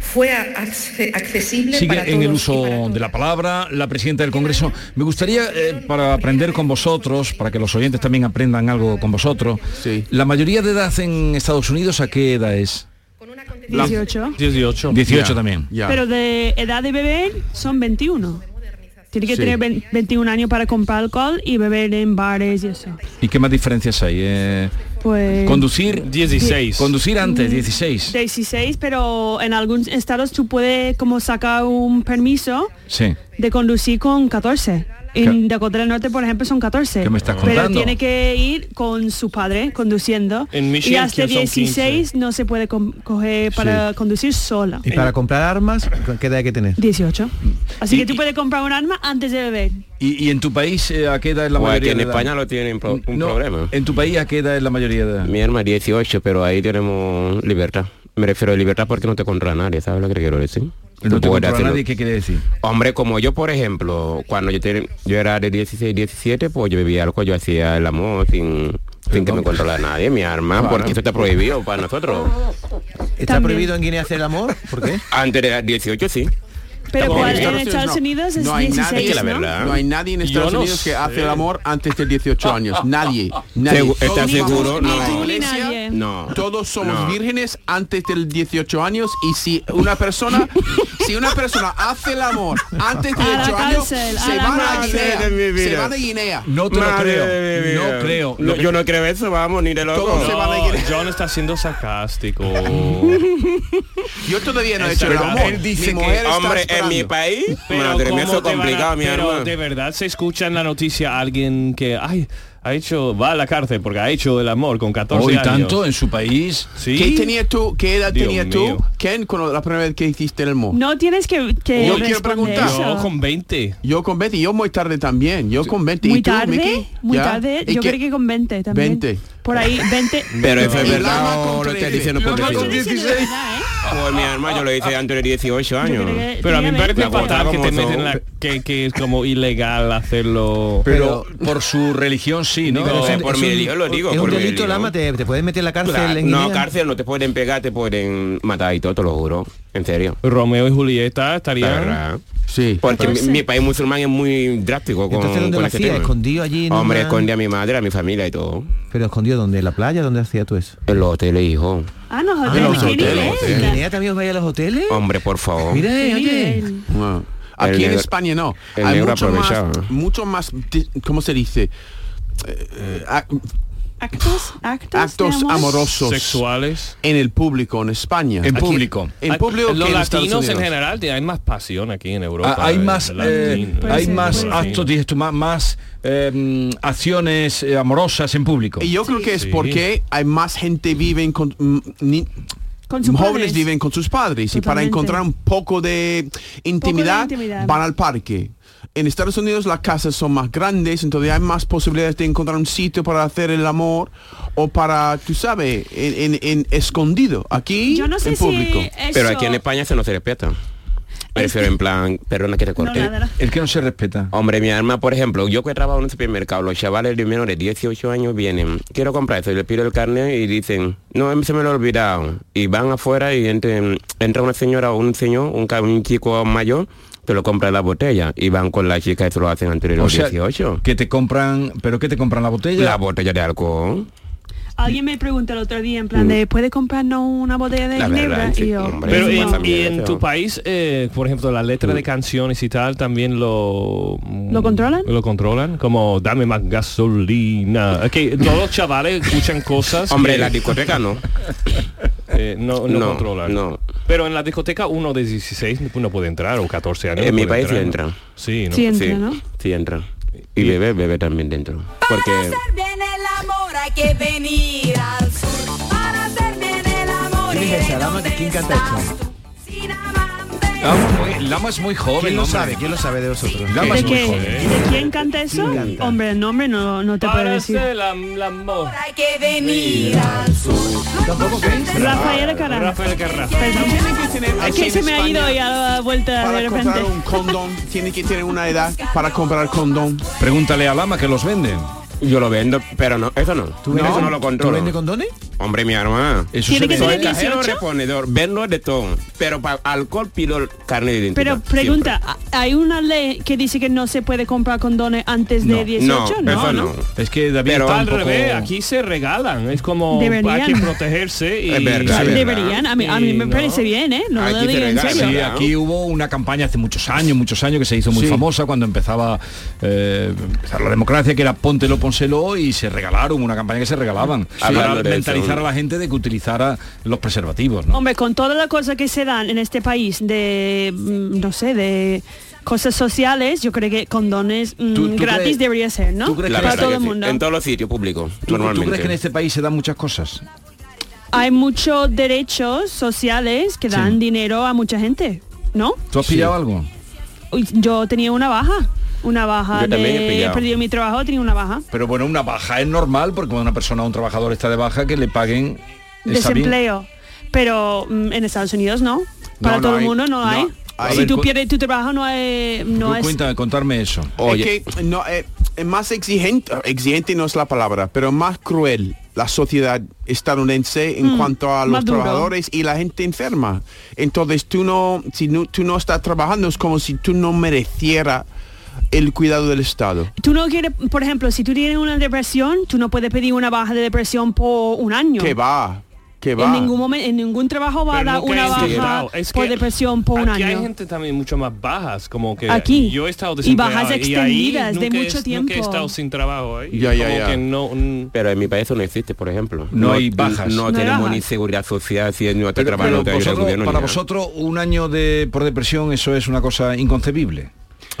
S7: fue acce- accesible para
S1: Sigue en el
S7: todos.
S1: uso de la palabra la presidenta del Congreso. Me gustaría, eh, para aprender con vosotros, para que los oyentes también aprendan algo con vosotros, la mayoría de edad en Estados Unidos, ¿a qué edad es?
S4: 18.
S1: 18. 18
S5: Ya,
S1: también.
S4: Pero de edad de beber son 21. Tiene que
S1: Sí.
S4: tener vein- 21 años para comprar alcohol y beber en bares y eso.
S1: ¿Y qué más diferencias hay? Eh,
S4: Pues
S1: conducir... 16. Conducir
S7: Mm.
S1: antes, 16.
S4: 16, pero en algunos estados tú puedes como sacar un permiso
S1: Sí.
S4: de conducir con 14. En Dakota del Norte, por ejemplo, son 14.
S1: ¿Qué me estás
S4: Pero
S1: contando?
S4: tiene que ir con su padre conduciendo.
S1: En
S4: y
S1: Michigan,
S4: hasta
S1: que son
S4: 16 no se puede com- coger para conducir sola.
S2: Y para comprar armas, ¿qué edad hay que tener?
S4: 18. Así
S1: Y-
S4: que tú puedes comprar un arma antes de beber.
S1: ¿Y, y en tu país eh, a qué edad es la
S3: Guay,
S1: mayoría
S3: que Pues en
S1: de edad?
S3: España lo tienen pro- un
S1: No,
S3: problema.
S1: ¿En tu país a qué edad es la mayoría de edad?
S3: Mi hermano 18, pero ahí tenemos libertad. Me refiero a libertad porque no te controla nadie, ¿sabes lo que quiero decir?
S1: No
S3: Tú
S1: te
S3: puedes
S1: controla
S3: hacerlo.
S1: nadie, ¿qué quiere decir?
S3: Hombre, como yo, por ejemplo, cuando yo, ten- yo era de 16, 17, pues yo bebía alcohol, yo hacía el amor sin, sin que me controlara nadie, mi arma,
S2: Claro.
S3: porque eso está prohibido para nosotros.
S2: ¿Está
S3: También.
S2: prohibido en Guinea hacer el amor? ¿Por qué?
S3: Antes de 18, sí.
S4: Pero
S3: Tampoco
S4: cuál-
S3: he visto.
S4: en Estados Unidos es
S6: No hay
S4: 16,
S6: nadie,
S3: ¿no?
S6: ¿no? hay nadie en Estados
S3: Yo no
S6: Unidos que hace
S3: sé.
S6: el amor antes de 18 años. Nadie. nadie.
S3: Segu- ¿estás
S6: Todos vamos
S3: seguro?
S6: a la
S3: No.
S6: iglesia,
S3: No.
S6: Todos somos
S3: No.
S6: vírgenes antes del 18 años y si una persona si una persona hace el amor antes de
S4: A la
S6: 18 años
S4: cárcel, a
S6: se
S4: la
S6: va a
S4: cárcel.
S6: Guinea.
S4: Madre de mi
S6: Se
S4: vida.
S6: va de Guinea.
S1: No te
S3: Madre
S1: lo
S3: de mi
S1: creo.
S3: vida.
S1: No creo.
S3: No, yo no creo eso, vamos, ni de loco.
S6: Todos se van a ir.
S5: John está siendo sarcástico.
S6: Yo todavía no he hecho el
S5: Pero
S6: amor.
S5: él
S6: Mi
S5: dice
S6: mujer
S5: que,
S6: está
S5: hombre, en
S6: esperando.
S5: mi país,
S3: madre mía, eso
S5: ¿cómo te van a-
S3: complicado, mi
S5: pero
S3: hermano.
S5: de verdad se escucha en la noticia a alguien que ay, ha hecho va a la cárcel porque ha hecho el amor con 14
S1: Hoy
S5: años.
S1: tanto en su país.
S5: Sí.
S6: ¿Qué tenías tú? ¿Qué edad
S5: Dios
S6: tenías tú?
S5: mío.
S6: Ken, cuando la primera vez que hiciste el amor?
S4: No tienes que, que
S6: Yo quiero
S4: responder
S6: preguntar.
S4: eso.
S5: 20.
S6: Yo con 20, yo muy tarde también. Yo con 20.
S4: Muy
S6: ¿Y tú,
S4: tarde,
S6: Miki?
S4: muy
S6: ¿Ya?
S4: tarde.
S6: ¿Y
S4: Yo
S6: qué?
S4: creo que con 20 también.
S6: 20.
S4: Por ahí, 20.
S3: Pero eso es
S6: El ama
S3: verdad
S6: con
S3: o lo estás diciendo por
S4: Yo
S3: decir.
S4: estoy diciendo de verdad, ¿eh?
S3: Pues mi hermano, yo lo hice antes de 18 años.
S5: Pero a mí me parece
S3: La cuenta
S5: fatal que
S3: como
S5: te
S3: son.
S5: meten la, que, que es como ilegal hacerlo.
S1: Pero por su religión sí, ¿no?
S3: No, Eh, por mi Dios lo digo.
S2: Es un
S3: por mi
S2: delito,
S3: Dios.
S2: Lama, te, te puedes meter en la cárcel
S3: Claro,
S2: en
S3: No,
S2: Guinea.
S3: cárcel no te pueden pegar, te pueden matar y todo, te lo juro. En serio.
S5: Romeo y Julieta
S3: La
S5: estarían.
S3: verdad.
S6: Sí.
S3: Porque mi,
S5: Entonces-
S3: mi país musulmán es muy drástico con,
S2: Entonces, ¿dónde
S3: con
S2: lo
S3: ese
S2: hacía?
S3: tema.
S2: ¿Escondido allí en
S3: Hombre,
S2: una-
S3: escondí a mi madre, a mi familia y todo.
S2: Pero escondido donde, en la playa, ¿dónde hacía tú eso?
S3: En los hoteles, hijo.
S4: Ah, no,
S2: Ah,
S4: joder,
S3: los
S4: ¿qué
S3: hoteles,
S4: nivel?
S3: hoteles.
S2: ¿En Guinea también os vais a los hoteles?
S3: Hombre, por favor.
S2: Mira,
S4: ¿Qué
S2: oye.
S4: nivel?
S1: Ah.
S6: Wow.
S3: El
S6: Aquí en
S3: negro-
S6: España no.
S3: el
S6: Hay
S3: negro
S6: mucho más,
S3: aprovechado.
S6: mucho más, di- ¿cómo se dice? Eh, eh, ac-
S4: Actos, actos, de
S6: actos
S4: amor.
S6: amorosos
S5: sexuales
S6: en el público en España.
S1: En
S6: Aquí-
S1: público.
S6: En público.
S5: los
S6: que en Estados
S5: latinos en
S6: Unidos.
S5: general te- hay más pasión aquí en Europa.
S1: Ah, hay
S5: eh,
S1: más, eh,
S5: latino,
S1: hay
S5: latino,
S1: más
S5: latino.
S1: actos, dices tú, más, más, eh, acciones eh, amorosas en público.
S6: Y yo creo que es
S1: Sí.
S6: porque hay más gente viven con mm, ni-
S4: Con sus
S6: jóvenes
S4: padres.
S6: viven con sus padres y para
S4: Totalmente.
S6: encontrar un poco de intimidad,
S4: intimidad.
S6: van al parque. En Estados Unidos las casas son más grandes, entonces hay más posibilidades de encontrar un sitio para hacer el amor o para, tú sabes, en, en- en escondido. Aquí
S4: Yo no sé
S6: en
S4: si
S6: público.
S4: eso-
S3: Pero aquí en España se no se respeta. Me refiero en plan, perdona que te corte.
S4: nada, nada.
S1: El que no se respeta.
S3: Hombre, mi arma, por ejemplo, yo que trabajo en un supermercado, los chavales de menos de 18 años vienen, quiero comprar eso, y les pido el carnet y dicen, no, a mí se me lo he olvidado. Y van afuera y entre- entra una señora o un señor, un, ca- un chico mayor, te lo compra la botella y van con la chica y se lo hacen antes de
S1: O
S3: los
S1: sea,
S3: 18.
S1: que te compran, pero que te compran la botella.
S3: La botella de alcohol.
S4: Alguien me preguntó el otro día en plan de ¿puede comprarnos una botella de
S3: Mm. La
S4: ginebra?
S3: verdad, sí,
S4: y yo, eh,
S3: hombre,
S5: Pero
S3: es
S5: y-
S3: una
S5: y,
S3: familia,
S5: en
S3: tío.
S5: tu país, eh, por ejemplo, la letra de canciones y tal también lo
S4: ¿Lo controlan?
S5: lo controlan, como dame más gasolina. Es que todos los chavales escuchan cosas.
S3: Hombre,
S5: que,
S3: la discoteca no.
S5: eh, no, no,
S3: No,
S5: controlan.
S3: no.
S5: Pero en la discoteca uno de 16 no puede entrar, o 14 años.
S3: En
S5: no
S3: mi
S5: puede
S3: país sí
S5: entrar,
S3: entra.
S5: ¿no? Sí, ¿no?
S3: Sí entra, ¿no? Sí, entra. Y bebé, bebé también dentro. Porque...
S10: bien el amor hay que venir al sur. Para hacer bien el amor y
S2: Dime esa, dama, ¿quién canta esto?
S1: Lama es muy joven,
S2: ¿Quién lo
S1: hombre.
S2: sabe? ¿Quién lo sabe de vosotros?
S1: Lama
S4: ¿De,
S1: es muy
S4: qué?
S1: joven.
S3: ¿eh?
S4: ¿De quién canta eso? Hombre, el nombre no, no te puedo decir.
S10: Hay que venir al sur.
S4: ¿Tampoco Rafael Carrá.
S5: Rafael Carrá.
S4: Es que se me ha ido y a la vuelta
S6: Para
S4: de repente.
S6: comprar un condón, tiene que tener una edad para comprar condón.
S1: Pregúntale a Lama que los venden.
S3: Yo lo vendo, pero no, eso no. eso no lo controlo.
S2: condones?
S3: Hombre, mi hermano.
S2: Eso ¿Tiene se que vende.
S3: Soy
S2: tener
S3: cajero
S2: 18?
S3: reponedor, vendo de todo. Pero para alcohol pido carne de identidad.
S4: Pero pregunta, ¿hay una ley que dice que no se puede comprar condones antes de 18?
S3: eso no.
S1: Es que David
S5: Pero
S1: está
S5: al
S1: un poco-
S5: revés, aquí se regalan, es como
S4: Deberían.
S5: hay que protegerse y
S1: Es verdad, es verdad.
S4: Deberían, a mí, a mí me parece bien, ¿eh? No lo digo en serio.
S1: Sí, aquí hubo una campaña hace muchos años, muchos años que se hizo muy
S4: Sí.
S1: famosa cuando empezaba eh, empezar la democracia, que era póntelo, pónselo, y se regalaron, una campaña que se regalaban, para
S3: Hablando de eso.
S1: mentalizar a la gente de que utilizara los preservativos. ¿no?
S4: Hombre, con todas las cosas que se dan en este país de, mm, no sé, de cosas sociales, yo creo que condones mm,
S1: ¿Tú- tú
S4: gratis
S1: crees-
S4: debería ser, ¿no?
S1: tú crees
S3: La
S4: Para
S3: verdad
S4: todo
S3: que
S4: el
S3: sí.
S4: mundo.
S3: En todos los sitios públicos,
S1: ¿Tú, tú
S3: normalmente.
S1: crees que en este país se dan muchas cosas?
S4: Hay muchos derechos sociales que dan dinero a mucha gente, ¿no?
S1: ¿Tú has pillado algo?
S4: Uy, Yo tenía una baja, una baja
S1: Yo también he
S4: de...
S1: pillado.
S4: perdido mi trabajo, tenía una baja.
S1: Pero bueno, una baja es normal, porque cuando una persona, un trabajador está de baja, que le paguen esa bien-
S4: desempleo. Pero mm, en Estados Unidos no. Para
S1: no
S4: todo el
S1: hay.
S4: mundo no,
S1: No,
S4: hay.
S1: a
S4: si
S1: ver,
S4: tú
S1: cu-
S4: pierdes tu trabajo no hay... No
S1: Cu-
S4: es...
S1: Cuéntame, contarme eso.
S6: Es que no, eh, es más exigente, exigente no es la palabra, pero más cruel la sociedad estadounidense en
S4: Mm,
S6: cuanto a
S4: más
S6: los
S4: duro.
S6: trabajadores y la gente enferma. Entonces tú no, si no, tú no estás trabajando, es como si tú no mereciera el cuidado del Estado.
S4: Tú no quieres, por ejemplo, si tú tienes una depresión, tú no puedes pedir una baja de depresión por un año.
S6: Que va, que
S4: En
S6: va.
S4: ningún momento, en ningún trabajo va
S5: Pero
S4: a dar
S5: nunca
S4: una
S5: he
S4: baja
S5: intentado. Es
S4: por
S5: que
S4: depresión por un
S5: aquí hay
S4: año.
S5: gente también mucho más bajas, como que
S4: Aquí.
S5: yo he estado
S4: Y
S5: desempleado
S4: bajas
S5: ahí
S4: extendidas de
S5: nunca he-
S4: mucho
S5: Nunca he
S4: tiempo.
S5: estado sin trabajo. ¿eh? Y
S3: Ya, ya,
S5: como
S3: ya.
S5: que no,
S3: Pero en mi país eso no existe, por ejemplo.
S1: mm, No hay bajas.
S3: No,
S1: No hay
S3: tenemos
S1: bajas.
S3: ni seguridad social, si no te trabajo,
S1: Pero
S3: no te ayuda el
S1: vosotros-
S3: gobierno. ni
S1: para
S3: nada.
S1: vosotros un año de por depresión eso es una cosa inconcebible.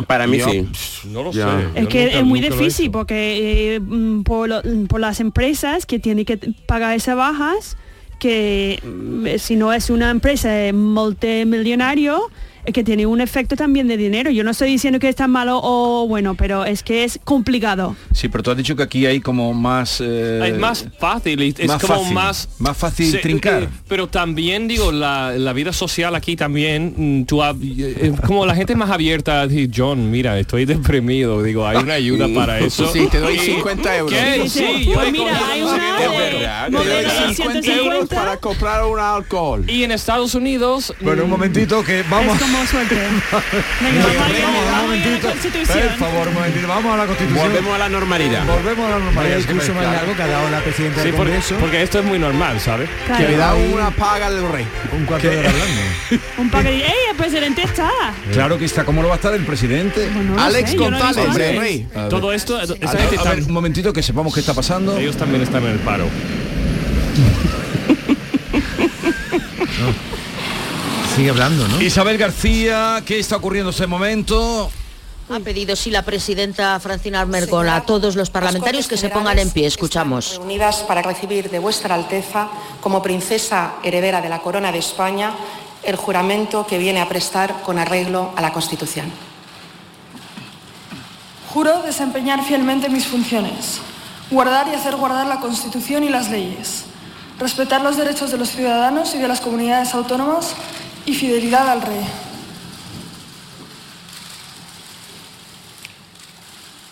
S3: Para mí
S1: Yo-
S3: sí.
S5: No lo
S1: Ya.
S4: Es que es muy difícil porque eh, mm, por, lo- por las empresas que tienen que t- pagar esas bajas, que mm, si no es una empresa eh, multimillonario, es que tiene un efecto también de dinero. Yo no estoy diciendo que es tan malo o bueno, pero es que es complicado.
S1: Sí, pero tú has dicho que aquí hay como más. eh,
S5: es más fácil, es
S1: más
S5: como
S1: fácil,
S5: más...
S1: más fácil
S5: Sí,
S1: trincar.
S5: eh, Pero también, digo, la, la vida social aquí también, mm, tú, hab- eh, como la gente es más abierta, a decir, John, mira, estoy deprimido, digo, hay una ayuda para eso.
S6: Sí, te doy
S5: Y-
S6: 50 euros.
S5: ¿Qué? Sí,
S4: Pues
S5: yo
S6: pues
S5: he cogido no sé qué de-
S6: Te doy
S5: de-
S6: 50 euros para comprar un alcohol.
S5: Y en Estados Unidos... mm,
S1: Bueno, un momentito que vamos.
S4: Es como suerte. Venga,
S1: Vamos,
S4: vamos,
S1: un
S4: vamos a la
S1: momentito.
S4: Constitución.
S1: Por favor, un momentito, vamos a la Constitución.
S3: Volvemos a la normalidad.
S1: Volvemos a la normalidad.
S2: El discurso más largo que ha dado la presidenta
S5: Sí,
S2: del
S5: porque,
S2: Congreso.
S5: porque esto es muy normal, ¿sabes?
S4: Claro. Que le da una
S6: paga del rey.
S2: Un cuarto de hora hablando.
S4: Un paquete. ¡Ey, el presidente está!
S1: Claro que está, ¿cómo lo va a estar el presidente?
S4: no Alex sé, yo no he González, visto hombre, antes.
S1: rey.
S4: rey.
S5: Todo esto- esa
S1: a
S5: gente
S1: ver,
S5: está-
S1: un momentito que sepamos qué está pasando.
S5: Ellos también están en el paro.
S2: Sigue hablando, ¿no?
S1: Isabel García, ¿qué está ocurriendo en este momento?
S9: Ha pedido sí la presidenta Francina Armengol a todos los parlamentarios que se pongan en pie. Escuchamos.
S7: Reunidas para recibir de vuestra Alteza, como princesa heredera de la Corona de España, el juramento que viene a prestar con arreglo a la Constitución.
S20: Juro desempeñar fielmente mis funciones, guardar y hacer guardar la Constitución y las leyes, respetar los derechos de los ciudadanos y de las comunidades autónomas y fidelidad al rey.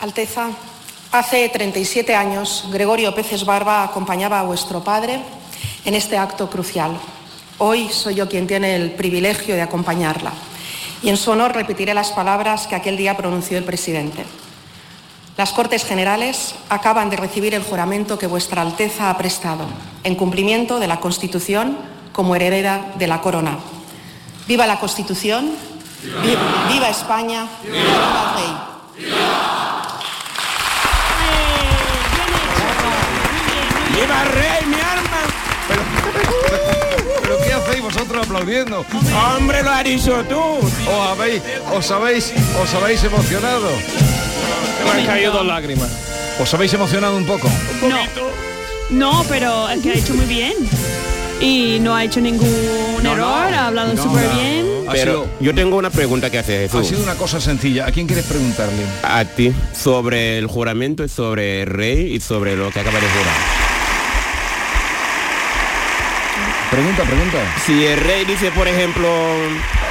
S7: Alteza, hace 37 años Gregorio Peces Barba acompañaba a vuestro padre en este acto crucial. Hoy soy yo quien tiene el privilegio de acompañarla y en su honor repetiré las palabras que aquel día pronunció el presidente. Las Cortes Generales acaban de recibir el juramento que vuestra Alteza ha prestado en cumplimiento de la Constitución como heredera de la corona. Viva la Constitución, vi- viva España, viva el rey.
S3: ¡Viva rey, mi arma!
S1: ¿Pero qué hacéis vosotros
S21: aplaudiendo. ¡Hombre, lo has dicho tú! Os habéis, os habéis, os habéis emocionado.
S5: Me han caído dos lágrimas.
S1: ¿Os habéis emocionado un poco?
S4: No. No, pero el que ha hecho muy bien. Y no ha hecho ningún error, ha hablado súper bien.
S3: Pero yo tengo una pregunta que hacer,
S1: Ha
S3: Jesús.
S1: sido una cosa sencilla. ¿A quién quieres preguntarle?
S22: Ah,
S3: A ti, sobre el juramento y sobre el rey y sobre lo que acaba de jurar.
S1: Pregunta, pregunta.
S3: Si el rey dice, por ejemplo,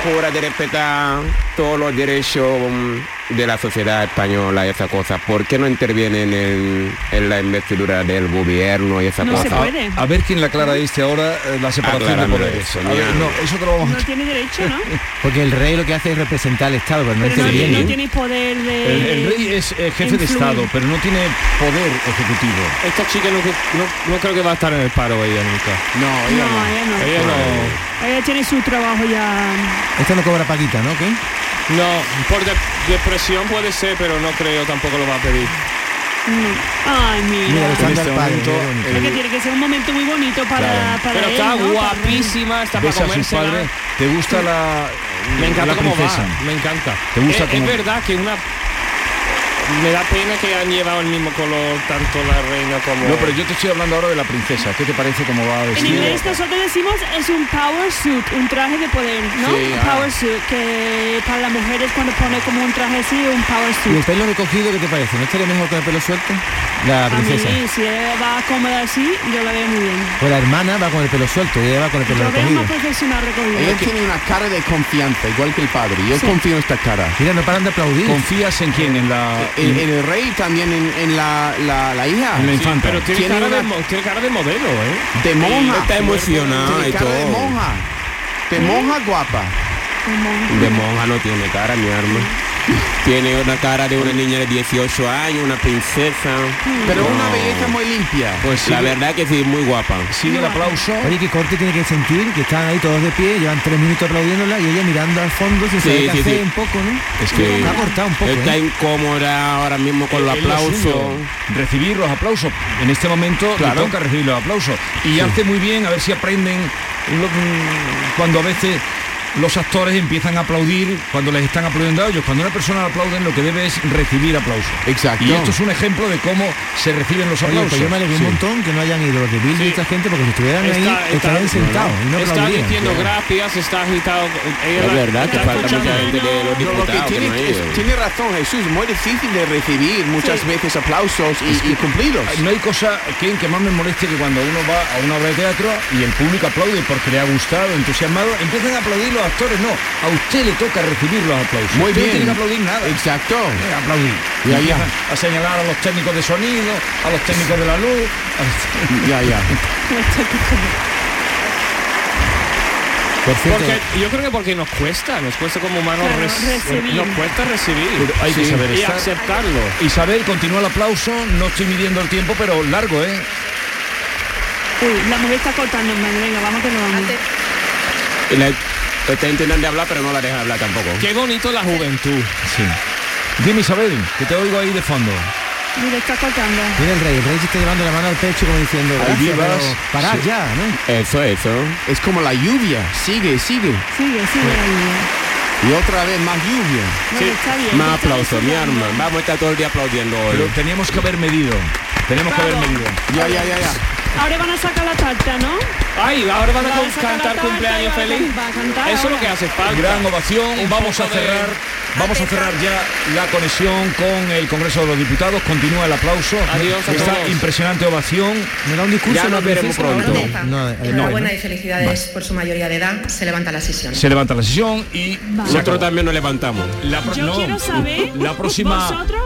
S3: jura de respetar todos los derechos mm, de la sociedad española y esa cosa, ¿por qué no interviene en, el- en la investidura del gobierno y esa
S4: No
S3: cosa?
S4: se puede.
S1: A ver quién le aclara este ahora eh, la separación
S3: Acláramelo
S1: de poderes.
S3: eso,
S1: A ver,
S3: Ñano.
S1: no, eso te lo vamos a...
S4: No tiene derecho, ¿no?
S2: Porque el rey lo que hace es representar al Estado, pero no
S4: Pero no,
S2: interviene.
S4: no tiene poder de...
S1: El, el rey es eh, jefe de
S4: influir.
S1: Estado, pero no tiene poder ejecutivo.
S5: Esta chica no, no- no creo que va a estar en el paro ella nunca.
S1: No,
S4: No, ella no.
S5: Ella no.
S4: Ella tiene su trabajo ya...
S2: Esta no cobra paquita, ¿no? ¿Qué?
S5: No, por de- depresión puede ser, pero no creo tampoco lo va a pedir.
S4: no. Mm. Ay,
S5: Mira,
S4: mira.
S5: En este momento,
S4: Creo que
S5: el-
S4: tiene que ser un momento muy bonito para,
S1: Claro.
S4: para
S5: Pero
S4: él,
S5: está
S4: ¿no? Para-
S5: guapísima, está para
S1: Ves a sus
S5: comérsela.
S1: padres. ¿Te gusta la,
S5: Me encanta
S1: la
S5: cómo va,
S1: princesa?
S5: me encanta.
S1: ¿Te gusta
S5: Eh, es,
S1: cómo-
S5: es verdad que una me da pena que han llevado el mismo color tanto la reina como
S1: No, pero yo te estoy hablando ahora de la princesa. ¿Qué te parece cómo va
S4: En
S1: vestida?
S4: inglés nosotros decimos es un power suit, un traje de poder, ¿no?
S1: Sí,
S4: Un
S1: ah.
S4: power suit, que para las mujeres cuando pone como un traje así, un power
S2: ¿Y el
S4: suit.
S2: pelo recogido qué te parece? ¿No estaría mejor con el pelo suelto? La
S4: A
S2: princesa.
S4: mí, si ella va cómoda así, yo la veo muy bien.
S2: Pues la hermana va con el pelo suelto y ella va con el pelo
S4: Yo veo
S2: recogido.
S4: más profesional recogido.
S22: Él tiene una cara de confianza, igual que el padre. Yo
S4: Sí.
S22: confío en esta cara.
S2: Mira, no paran de aplaudir.
S1: ¿Confías en quién? Eh, En la...
S22: En, en el rey, también en, en la, la, Ah, la hija.
S5: Sí, pero tiene, cara de,
S22: una-
S5: mo- tiene cara de modelo, ¿eh?
S22: de monja.
S3: Está emocionada
S22: Tiene
S3: y
S22: cara de
S3: todo.
S22: monja. De monja guapa.
S3: De monja no tiene cara, mi arma. Tiene una cara de una niña de 18 años, una princesa.
S22: Pero una
S3: No.
S22: belleza muy limpia.
S3: Pues la verdad que sí, muy guapa.
S1: Sigue el aplauso.
S2: Oye, qué corte tiene que sentir, que están ahí todos de pie, llevan tres minutos aplaudiéndola y ella mirando al fondo sin
S3: Sí,
S2: saber qué
S3: sí,
S2: hacer
S3: sí.
S2: un poco, ¿no?
S3: Es que
S2: ha cortado un poco.
S3: está
S2: ¿eh?
S3: incómoda ahora mismo con los
S1: Es lo
S3: aplausos.
S1: Eh, suyo, Recibir los aplausos. En este momento le
S3: Claro.
S1: toca recibir los aplausos. Y hace muy bien, a ver si aprenden lo- mm, cuando a veces los actores empiezan a aplaudir cuando les están aplaudiendo a ellos. Cuando una persona le aplauden, lo que debe es recibir aplausos.
S22: Exacto.
S1: Y esto es un ejemplo de cómo se reciben los
S2: Oye,
S1: aplausos.
S2: pues yo me alegro
S1: Sí.
S2: un montón que no hayan ido los de Bildu y esta gente, porque si estuvieran ahí, estarían sentados y no
S5: está
S2: aplaudían.
S5: diciendo gracias, está agitado. Ella la- está escuchando.
S22: Pero lo que tiene, es- tiene razón Jesús, muy difícil de recibir muchas veces aplausos y, y cumplidos.
S1: No hay cosa que, que más me moleste que cuando uno va a una obra de teatro y el público aplaude porque le ha gustado, entusiasmado, empiezan a aplaudir los actores. No, a usted le toca recibir los aplausos.
S22: Muy
S1: Usted
S22: bien.
S1: No tiene que aplaudir nada.
S22: Exacto.
S1: Eh, aplaudir.
S22: Ya, ya.
S1: Empiezan A señalar a los técnicos de sonido, a los técnicos de la luz. a-
S22: Ya, ya.
S2: Por cierto,
S5: Porque yo creo que porque nos cuesta, nos cuesta como humanos
S1: Claro,
S5: res-
S1: recibir.
S5: nos cuesta recibir.
S1: Pero hay que
S5: Sí.
S1: saber
S5: y
S1: estar.
S5: aceptarlo.
S1: Isabel, continúa el aplauso. No estoy midiendo el tiempo, pero largo, ¿eh?
S4: Uy, la mujer está cortando, madre, venga, vamos que nos vamos.
S3: Y la- está intentando hablar, pero no la deja hablar tampoco.
S5: Qué bonito la juventud.
S1: Sí. Dime, Isabel, que te oigo ahí de fondo.
S4: Mira, está cortando.
S2: Mira el rey, el rey se está llevando la mano al pecho como diciendo,
S22: Ahí
S2: gracias,
S22: vivas.
S2: pero parad
S22: Sí.
S2: ya, ¿no?
S3: Eso, eso.
S22: Es como la lluvia, sigue, sigue.
S4: Sigue, sigue ahí.
S22: Y otra
S1: Pues
S22: vez más lluvia.
S4: Bueno, está bien,
S3: Más
S4: está
S3: aplauso, mi arma. Vamos a estar todo el día aplaudiendo hoy.
S1: Pero teníamos que haber medido. Tenemos que haber
S4: Vamos.
S1: medido.
S22: Ya, ya, ya, ya.
S4: Ahora van a sacar la tarta, ¿no?
S5: Ay, ahora van a
S4: Van a
S5: con-
S4: sacar la
S5: cantar
S4: tarta,
S5: cumpleaños
S4: van a
S5: feliz.
S4: can- va a cantar
S5: Eso es lo
S4: ahora.
S5: que hace falta.
S1: Gran ovación.
S5: Un
S1: vamos a
S5: poco de-
S1: cerrar, vamos a cerrar ya la conexión con el Congreso de los Diputados. Continúa el aplauso.
S5: Adiós a
S1: Esta
S5: todos.
S1: impresionante ovación. Me da un
S22: discurso, Ya nos ¿no, veremos princesa? pronto.
S1: No, no, no.
S7: Enhorabuena
S22: y
S7: felicidades por su mayoría de edad. Se levanta la sesión.
S1: Se levanta la sesión y
S3: Nosotros también nos levantamos.
S1: La pro-
S4: Yo
S1: no,
S4: quiero saber,
S1: la próxima.
S4: ¿vosotros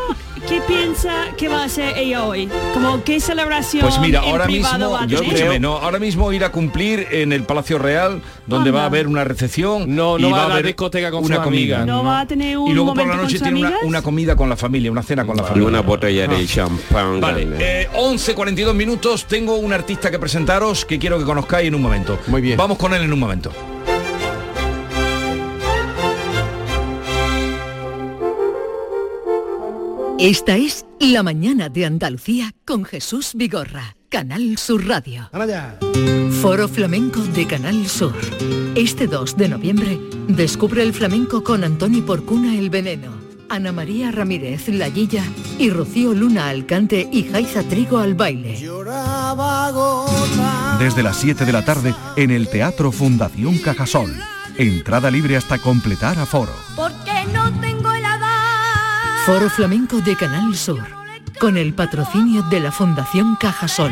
S4: qué piensa que va a hacer ella hoy? Como qué celebración
S1: Pues mira,
S4: en
S1: ahora
S4: privado
S1: mismo,
S4: va a
S1: yo
S4: tener?
S1: escúchame, no, ahora mismo ir a cumplir en el Palacio Real, donde va a haber una recepción. No,
S5: no va a la discoteca con
S1: una
S5: sus
S1: comida.
S5: amigas.
S4: ¿No va a tener un
S1: Y luego por
S4: momento
S1: la
S4: con
S1: noche
S4: sus
S1: tiene una,
S4: amigas?
S1: una comida con la familia, una cena con la
S3: Y
S1: familia.
S3: una botella
S1: Ah.
S3: de champán.
S1: Vale,
S3: grande.
S1: eh, 11.42 minutos, tengo un artista que presentaros que quiero que conozcáis en un momento. Muy bien. Vamos con él en un momento.
S13: Esta es La Mañana de Andalucía con Jesús Vigorra, Canal Sur Radio. Foro Flamenco de Canal Sur. Este 2 de noviembre, descubre el flamenco con Antoni Porcuna El Veneno, Ana María Ramírez La Guilla y Rocío Luna Alcante y Jaiza Trigo al baile.
S14: Desde las 7 de la tarde en el Teatro Fundación Cajasol. Entrada libre hasta completar aforo.
S10: Porque no tengo el edad.
S13: Foro Flamenco de Canal Sur, con el patrocinio de la Fundación Cajasol.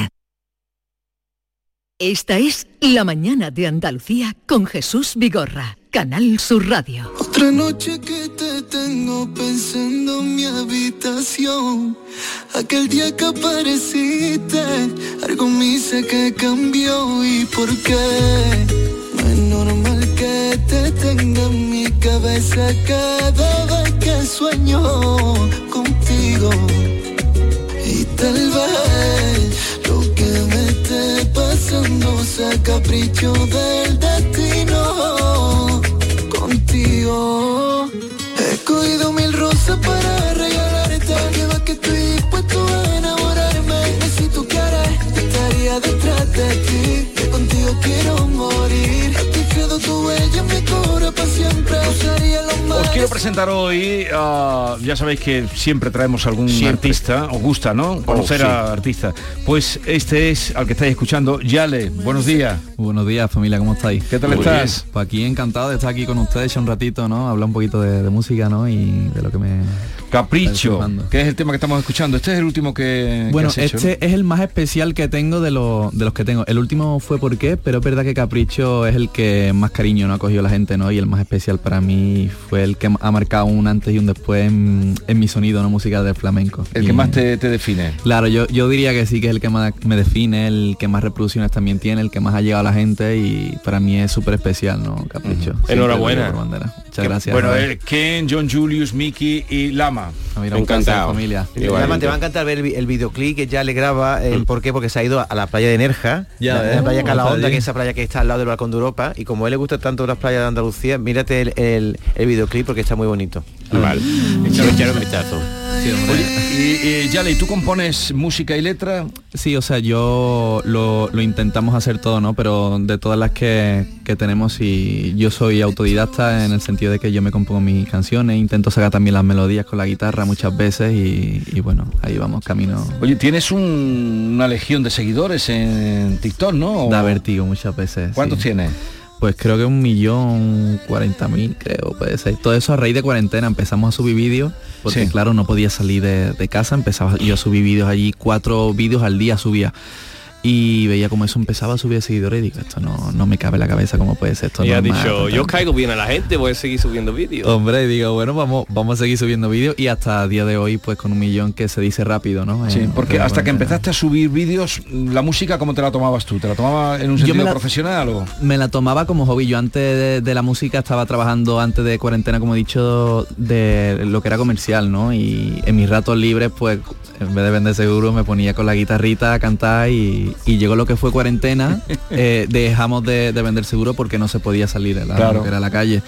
S13: Esta es La mañana de Andalucía con Jesús Vigorra, Canal Sur Radio.
S23: Otra noche que te tengo pensando en mi habitación. Aquel día que apareciste, algo me dice que cambió y por qué. No es normal que te tenga en mi cabeza cada vez que sueño contigo. Y tal vez lo que me esté pasando sea capricho del destino. Contigo he cogido mil rosas para regalarte. Lleva que estoy dispuesto a enamorarme. Y si tú quieres, estaría detrás de ti. Que contigo quiero morir. Aquí quedo tu huella en mi cora para siempre. Usaría los
S1: Os
S23: mares
S1: quiero presentar hoy, ah, ya sabéis que siempre traemos algún artista, os gusta,
S12: Oh,
S1: ¿no? Conocer
S24: sí.
S1: a artistas. Pues este es al que estáis escuchando, Yale, buenos días.
S24: Buenos días familia, ¿cómo estáis? ¿Qué
S1: tal estás?
S24: Pues aquí encantado de estar aquí con ustedes ya un ratito, ¿no? Hablar un poquito de, de música, ¿no? Y de lo que me...
S1: Capricho, que es el tema que estamos escuchando. Este es el último que, que
S24: Bueno,
S1: has hecho,
S24: este es el más especial que tengo de, lo- de los que tengo. El último fue por qué, pero es verdad que Capricho es el que más cariño no ha cogido la gente, ¿no? Y el más especial para mí fue el que ha marcado un antes y un después en, en mi sonido, ¿no? Música de flamenco.
S1: ¿no? El que
S24: Y-
S1: más te, te define.
S24: Claro, yo, yo diría que sí, que es el que más me define, el que más reproducciones también tiene, el que más ha llegado a la gente y para mí es súper especial, ¿no? Capricho. Siempre lo
S1: Enhorabuena.
S24: llevo por bandera. Muchas
S1: Que-
S24: gracias.
S1: Bueno,
S24: Javier.
S1: eh, Ken, John Julius, Mickey y Lama.
S24: A mí era Ah, un placer, familia.
S2: Además, te va a encantar ver el vi- el videoclip que ya le graba. eh, ¿Por qué? Porque se ha ido a la playa de Nerja,
S24: Ya
S2: la,
S24: ves.
S2: la playa
S24: Oh,
S2: Calahonda,
S24: allí.
S2: que es esa playa que está al lado del balcón de Europa. Y como a él le gusta tanto las playas de Andalucía, mírate el, el- el videoclip porque está muy bonito.
S3: Vale. Echar- echar un vistazo.
S1: Oye, y, y, Yale, ¿y tú compones música y letra?
S24: Sí, o sea, yo lo, lo intentamos hacer todo, ¿no? Pero de todas las que, que tenemos, y yo soy autodidacta en el sentido de que yo me compongo mis canciones, intento sacar también las melodías con la guitarra muchas veces y, y bueno, ahí vamos, camino.
S1: Oye, tienes un- una legión de seguidores en TikTok, ¿no?
S24: Da vertigo muchas veces.
S1: ¿Cuántos tienes?
S24: Pues creo que un millón cuarenta mil, creo, puede ser. Todo eso a raíz de cuarentena empezamos a subir vídeos, porque claro, no podía salir de, de casa, empezaba yo a subir vídeos allí, cuatro vídeos al día subía. Y veía como eso empezaba a subir seguidores y digo, esto no, no me cabe en la cabeza, ¿cómo puede ser esto?
S5: Y
S24: no
S5: ha
S24: es Oh. más,
S5: dicho,
S24: total".
S5: yo caigo bien a la gente, voy a seguir subiendo vídeos.
S24: Hombre, y digo, bueno, vamos, vamos a seguir subiendo vídeos y hasta día de hoy, pues con un millón que se dice rápido, ¿no?
S1: Sí,
S24: Eh,
S1: porque
S24: pero
S1: hasta que
S24: bueno,
S1: empezaste a subir vídeos, la música, ¿cómo te la tomabas tú? ¿Te la tomabas en un
S24: Yo me
S1: sentido
S24: la-
S1: profesional o...?
S24: Me la tomaba como hobby. Yo antes de, de la música estaba trabajando antes de cuarentena, como he dicho, de lo que era comercial, ¿no? Y en mis ratos libres, pues, en vez de vender seguro, me ponía con la guitarrita a cantar y, y llegó lo que fue cuarentena. eh, dejamos de, de vender seguro porque no se podía salir a la,
S1: Claro.
S24: lo que era la calle.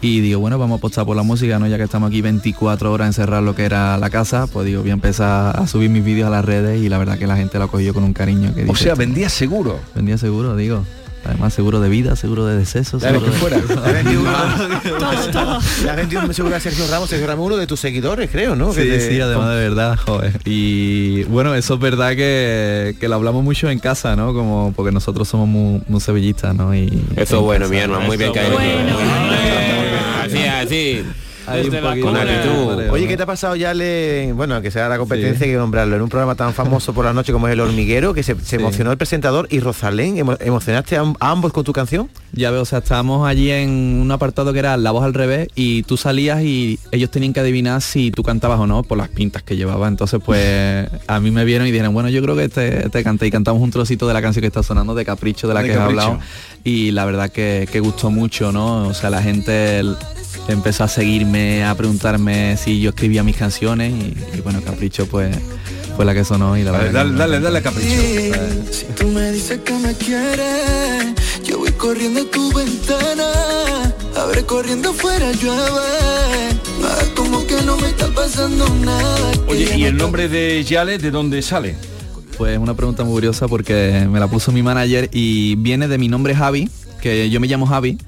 S24: Y digo, bueno, vamos a apostar por la música, ¿no? Ya que estamos aquí 24 horas encerrar lo que era la casa, pues digo, voy a empezar a subir mis vídeos a las redes y la verdad que la gente lo ha cogido con un cariño que
S1: O
S24: dice,
S1: sea, vendía seguro.
S24: Vendía seguro, digo. Además, seguro de vida, seguro de deceso.
S2: Ya ves
S24: seguro
S2: que fuera.
S24: de-
S2: Ya ves que uno- Le has vendido seguro a Sergio Ramos, Sergio Ramos uno de tus seguidores, creo, ¿no?
S24: Sí,
S2: Que te-
S24: sí, además de verdad, joder. Y bueno, eso es verdad que, que lo hablamos mucho en casa, ¿no? Como porque nosotros somos muy, muy sevillistas, ¿no? Y
S3: Eso
S24: en
S3: bueno,
S24: casa,
S3: mi hermano, muy bien
S24: eso
S3: caído.
S24: bueno.
S3: Así, así.
S2: Ahí un poquito.
S3: Con actitud.
S2: Oye, ¿qué te ha pasado ya le, bueno, que sea la competencia que nombrarlo, en un programa tan famoso por la noche como es El Hormiguero, que se, se emocionó el presentador y Rosalén, emo- ¿emocionaste a, am- a ambos con tu canción?
S24: Ya veo, o sea, estábamos allí en un apartado que era la voz al revés y tú salías y ellos tenían que adivinar si tú cantabas o no por las pintas que llevaba. Entonces, pues a mí me vieron y dijeron, bueno, yo creo que te, te canté y cantamos un trocito de la canción que está sonando, de Capricho, de la
S19: De
S24: que has
S19: Capricho.
S24: hablado. Y la verdad que, que gustó mucho, ¿no? O sea, la gente el- empezó a seguirme, a preguntarme si yo escribía mis canciones y, y bueno, Capricho pues fue la que sonó y la
S25: Vale,
S24: verdad.
S25: dale, dale, dale a Capricho.
S26: Sí, Si tú me dices que me quieres, yo voy corriendo a tu ventana. Abre corriendo afuera, llueve. No hagas como que no me está pasando nada.
S1: Oye, ¿y el nombre de Yale de dónde sale?
S24: Pues una pregunta muy curiosa porque me la puso mi manager y viene de mi nombre Javi, que yo me llamo Javi,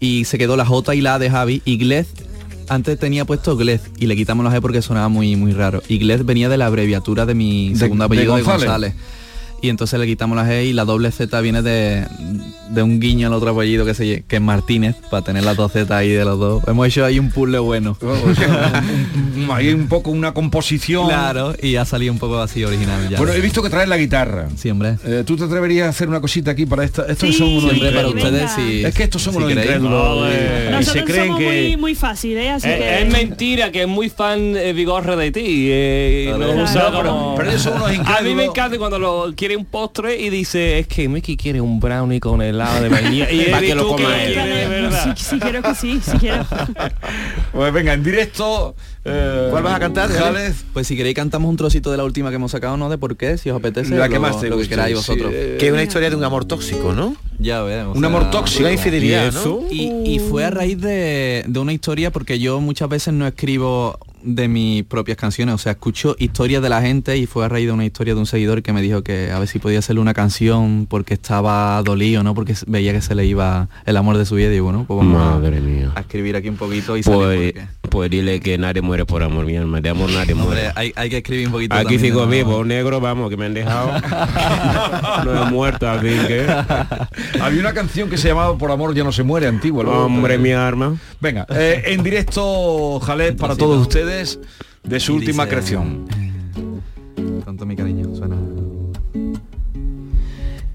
S24: y se quedó la J y la A de Javi, y Glez, antes tenía puesto Glez y le quitamos la G porque sonaba muy, muy raro. Y Glez venía de la abreviatura de mi segundo
S19: de
S24: apellido de
S19: González.
S24: González. Y entonces le quitamos la G y la doble Z viene de, de un guiño al otro apellido que, se, que es Martínez, para tener las dos Z ahí de los dos. Hemos hecho ahí un puzzle bueno.
S1: Hay Oh, un poco una composición.
S24: Claro, y ha salido un poco así original ya.
S1: Bueno, he visto que traes la guitarra. Eh,
S24: Siempre.
S1: ¿Tú te atreverías a hacer una cosita aquí para esta? Estos son unos
S24: siempre para
S1: incrédulos.
S24: ustedes si-
S1: Es que estos son
S24: si
S1: unos
S24: queréis.
S1: incrédulos.
S5: Ole.
S1: Y- Y se
S5: Ah, Nosotros
S1: creen
S5: somos
S1: que...
S4: Muy, muy fácil, ¿eh? Así
S5: Eh,
S4: que...
S5: es mentira que es muy fan eh, Vigorra de ti. eh, y
S1: Claro.
S5: lo usa
S1: No, pero-
S5: como-
S1: pero ellos son
S5: A
S1: unos
S5: mí me
S1: incrédulos.
S5: encanta cuando lo quiere un postre y dice, es que Mickey quiere un brownie con helado de vainilla. y
S1: Ah, Pa'
S5: eres
S1: que lo
S5: tú
S1: coma él.
S5: quiere, de verdad.
S4: Sí, sí, quiero que sí, sí quiero.
S1: Pues venga, en directo. ¿Cuál vas a cantar, Jales?
S24: Pues si queréis cantamos un trocito de la última que hemos sacado, no de por qué, si os apetece.
S2: La que
S24: lo-
S2: más te
S24: lo que
S2: guste,
S24: queráis
S2: sí,
S24: vosotros.
S2: eh, Que es una historia de un amor tóxico, ¿no?
S24: Ya vemos.
S2: Un amor tóxico. Una infidelidad, ¿no?
S24: Y, y fue a raíz de, de una historia porque yo muchas veces no escribo de mis propias canciones, o sea, escucho historias de la gente y fue a raíz de una historia de un seguidor que me dijo que a ver si podía hacerle una canción porque estaba dolido, ¿no? Porque veía que se le iba el amor de su vida y digo, bueno, pues vamos a-
S3: Madre mía.
S24: a escribir aquí un poquito y salir
S3: Pues, pues dile que nadie muere por amor, mi alma. De amor nadie
S24: por- Hombre,
S3: muere.
S24: hay, hay que escribir un poquito
S3: Aquí
S24: también de
S3: sigo
S24: amor.
S3: vivo, negro, vamos, que me han dejado. no he muerto, así que...
S1: Había una canción que se llamaba Por amor ya no se muere, antigua. luego-
S3: Hombre, mi arma.
S1: Venga, eh, en directo, Jales, para todos ustedes, de su última
S24: dice-
S1: creación.
S24: Tanto mi cariño, suena.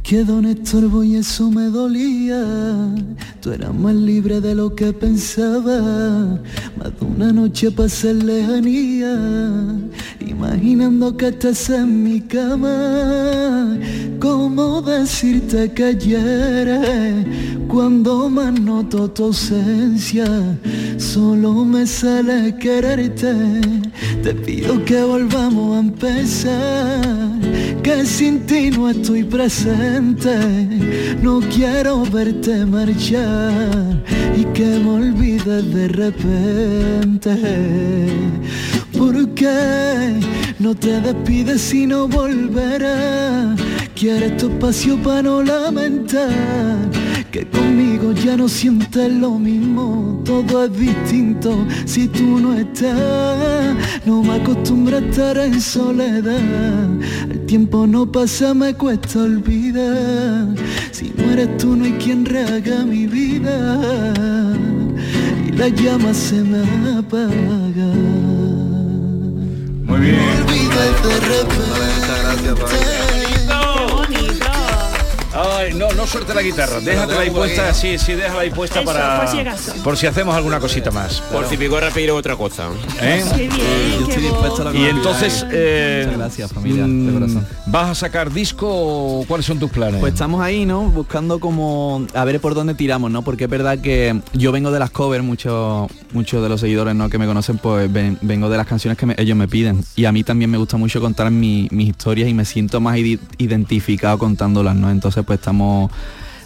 S23: Quedó Néstor y eso me dolía. Tú eras más libre de lo que pensaba. Más de una noche pasé en lejanía, imaginando que estás en mi cama. ¿Cómo decirte que ayer, cuando más noto tu ausencia, solo me sale quererte? Te pido que volvamos a empezar que sin ti no estoy presente. No quiero verte marchar y que me olvides de repente. ¿Por qué no te despides si no volverás? Quieres tu espacio para no lamentar que conmigo ya no sientes lo mismo, todo es distinto si tú no estás. No me acostumbro a estar en soledad, el tiempo no pasa, me cuesta olvidar. Si no eres tú no hay quien rehaga mi vida y la llama se me apaga.
S1: Muy bien. Ay, no, no suelte la guitarra, déjatela ahí puesta, sí, sí, déjala ahí puesta
S3: Eso,
S1: para...
S3: por si acaso.
S1: por si hacemos alguna cosita más.
S3: Por si Vigorra pide otra cosa.
S1: ¿Eh?
S3: Yo estoy dispuesto a la
S1: Y entonces, eh,
S24: gracias, familia,
S1: mm,
S24: de corazón.
S1: ¿vas a sacar disco o cuáles son tus planes?
S24: Pues estamos ahí, ¿no? Buscando como a ver por dónde tiramos, ¿no? Porque es verdad que yo vengo de las covers, muchos muchos de los seguidores ¿no? que me conocen, pues ven- vengo de las canciones que me- ellos me piden. Y a mí también me gusta mucho contar mi- mis historias y me siento más ide- identificado contándolas, ¿no? Entonces pues estamos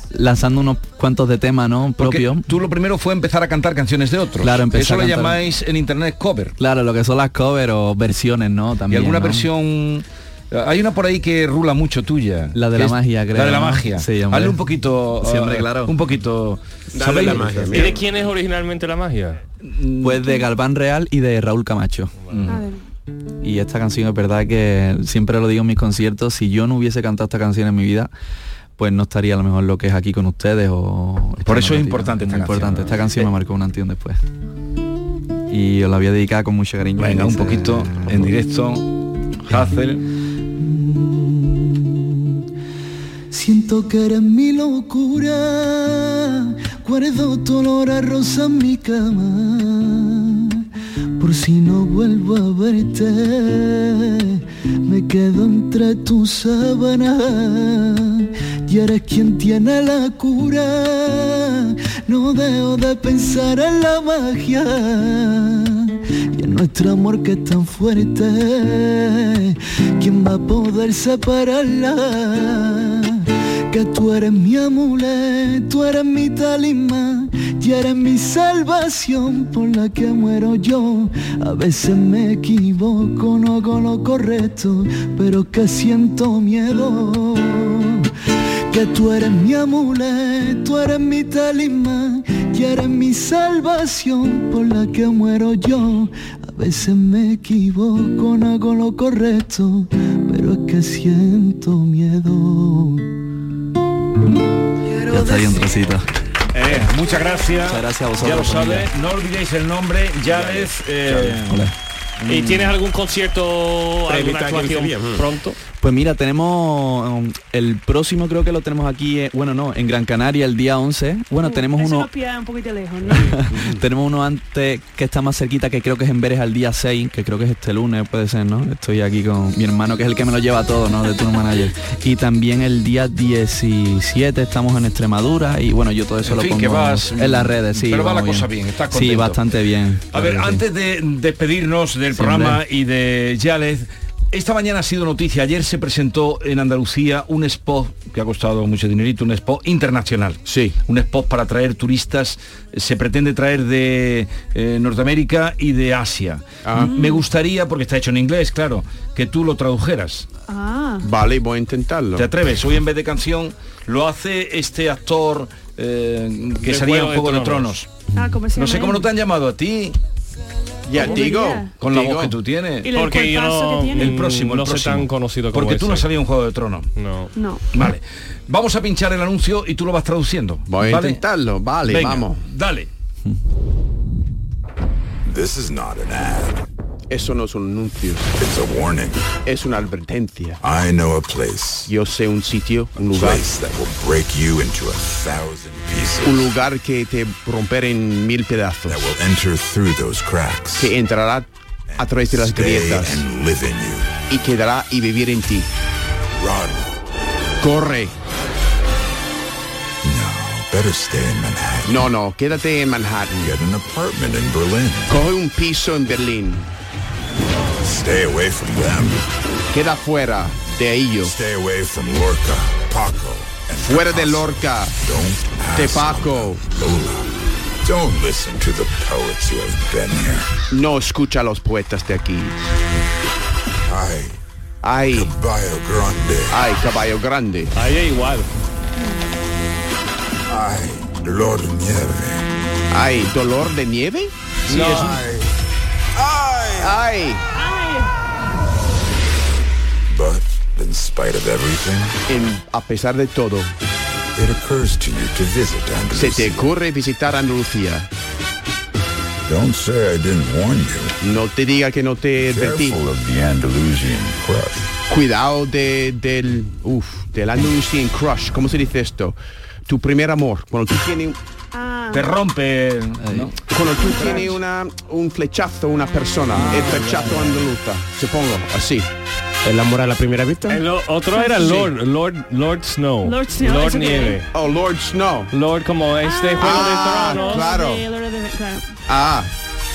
S24: lanzando unos cuantos de temas, ¿no?
S1: Porque
S24: Propios.
S1: Tú lo primero fue empezar a cantar canciones de otros.
S24: Claro, empecé
S1: Eso
S24: a
S1: lo
S24: cantar.
S1: llamáis en internet cover.
S24: Claro, lo que son las covers o versiones, ¿no?
S1: y
S24: También.
S1: alguna
S24: ¿no?
S1: versión... ah, Hay una por ahí que rula mucho tuya.
S24: La de
S1: que
S24: la
S1: es-
S24: magia, creo,
S1: La de la
S24: ¿no?
S1: magia.
S24: Sí, hombre.
S1: Hazle un poquito.
S24: Sí, hombre,
S1: eh,
S24: claro.
S1: Un poquito.
S24: Dale
S1: ¿sabéis?
S24: la magia,
S5: ¿Y de quién es originalmente la magia?
S24: Pues de Galván Real y de Raúl Camacho. Mm. Y esta canción es verdad que siempre lo digo en mis conciertos, si yo no hubiese cantado esta canción en mi vida, pues no estaría a lo mejor lo que es aquí con ustedes o...
S1: Por eso es
S24: Muy
S1: importante esta
S24: importante.
S1: canción, ¿no?
S24: Esta canción me marcó un antes y un después. y os la voy a dedicar con mucho cariño.
S1: Venga, un poquito en directo. Hazel.
S23: Siento que eres mi locura, guardo tu olor a rosa en mi cama. Por si no vuelvo a verte, me quedo entre tus sábanas. Y eres quien tiene la cura, no dejo de pensar en la magia y en nuestro amor que es tan fuerte, ¿quién va a poder separarla? Que tú eres mi amuleto, eres mi talismán y eres mi salvación por la que muero yo. A veces me equivoco, no hago lo correcto, pero que siento miedo. Que tú eres mi amuleto, eres mi talismán y eres mi salvación por la que muero yo. A veces me equivoco, no hago lo correcto, pero es que siento miedo.
S24: Ya está ahí un trocito.
S1: Eh, muchas gracias.
S24: Muchas gracias a vosotros.
S1: Ya lo
S24: familia.
S1: sabes. No olvidéis el nombre, Yales. eh,
S5: ¿Y
S1: Mm.
S5: tienes algún concierto,
S24: Para
S5: alguna
S24: evitar Mm. que
S5: actuación
S24: se pierda.
S5: pronto?
S24: Pues mira, tenemos um, el próximo creo que lo tenemos aquí, eh, bueno no, en Gran Canaria el día 11. Bueno, tenemos
S4: Eso
S24: uno
S4: nos pilla un poquito lejos, ¿no?
S24: tenemos uno antes que está más cerquita que creo que es en Veres al día 6, que creo que es este lunes, puede ser, ¿no? Estoy aquí con mi hermano que es el que me lo lleva todo, ¿no? De Tour Manager. Y también el día 17 estamos en Extremadura y bueno, yo todo eso
S1: En
S24: lo
S1: fin,
S24: pongo
S1: que vas-
S24: en las redes, sí.
S1: pero va la
S24: vamos
S1: cosa bien, estás
S24: Sí,
S1: contento.
S24: bastante bien.
S1: A ver, antes de despedirnos del
S24: Siempre.
S1: programa y de Yales, esta mañana ha sido noticia. Ayer se presentó en Andalucía un spot que ha costado mucho dinerito, un spot internacional. Sí. Un spot para atraer turistas. Se pretende traer de eh, Norteamérica y de Asia. Me gustaría, porque está hecho en inglés, claro, que tú lo tradujeras.
S4: Ah.
S1: Vale, voy a intentarlo. ¿Te atreves? Hoy en vez de canción lo hace este actor eh, que
S5: De
S1: salía en
S5: Juego de
S1: Juego de Tronos.
S5: Tronos.
S4: Ah, ¿cómo se
S1: No sé
S4: llama
S1: cómo no
S4: él?
S1: te han llamado a ti.
S4: Ya, ¿Cómo digo, diría?
S1: Con la
S5: digo.
S1: voz que tú tienes.
S5: Y el Porque yo cuerpazo que no- tiene.
S1: El próximo, el
S5: no soy
S1: próximo.
S5: tan conocido como
S1: Porque tú no
S5: ese.
S1: salías en Juego de Tronos. No.
S4: No.
S1: Vale. Vamos a pinchar el anuncio y tú lo vas traduciendo.
S6: Voy a
S1: ¿vale?
S6: intentarlo, vale,
S1: Venga,
S6: vamos.
S1: Dale.
S6: This is not an ad. Eso no es un anuncio. It's a warning. Es una advertencia.
S15: I know a place.
S6: Yo sé un sitio, un lugar.
S15: Place that will break you into a thousand pieces.
S6: Un lugar que te romperá en mil pedazos.
S15: That will enter through those cracks.
S6: Que entrará a través de las
S15: Stay
S6: grietas.
S15: and live in you.
S6: Y quedará y vivir en ti.
S15: Run.
S6: Corre.
S15: Better stay in Manhattan.
S6: No, no, quédate en Manhattan.
S15: Get an apartment in Berlin.
S6: Coge un piso en Berlín.
S15: Stay away from them.
S6: Queda fuera de ellos.
S15: Stay away from Lorca, Paco, and
S6: Fuera de Lorca. De Paco.
S15: Lola. Don't listen to the poets who have been here.
S6: No escucha a los poetas de aquí.
S15: I,
S6: Ay,
S15: Caballo Grande,
S6: ay, caballo grande.
S5: Ahí es igual.
S15: I, Lord Nieve,
S6: Ay, dolor de nieve. Sí,
S15: No.
S6: es un- Ay,
S15: but in spite of everything,
S6: en- a pesar de todo,
S15: it occurs to you to visit
S6: se
S15: Andalusia.
S6: te ocurre visitar Andalucía.
S15: Don't say I didn't warn you.
S6: No te diga que no te advertí.
S15: Careful of the Andalusian crush.
S6: Cuidado de- del, uf, del Andalusian crush. ¿Cómo se dice esto? Tu primer amor. Cuando tú tienes, Ah.
S1: Te rompe.
S5: eh,
S1: ¿no?
S6: cuando tú tienes una, un flechazo, una persona,
S5: Ah,
S6: el flechazo andaluza, supongo, así.
S27: ¿El amor a la primera vista?
S5: El o- Eh, otro era
S6: Sí.
S5: Lord, Lord, Lord Snow.
S4: Lord Snow,
S5: Lord
S4: eso que-
S5: Nieve.
S6: Oh, Lord Snow.
S5: Lord como este juego
S6: Ah,
S5: de tronos.
S6: claro.
S4: De Lord of the- claro.
S6: Ah,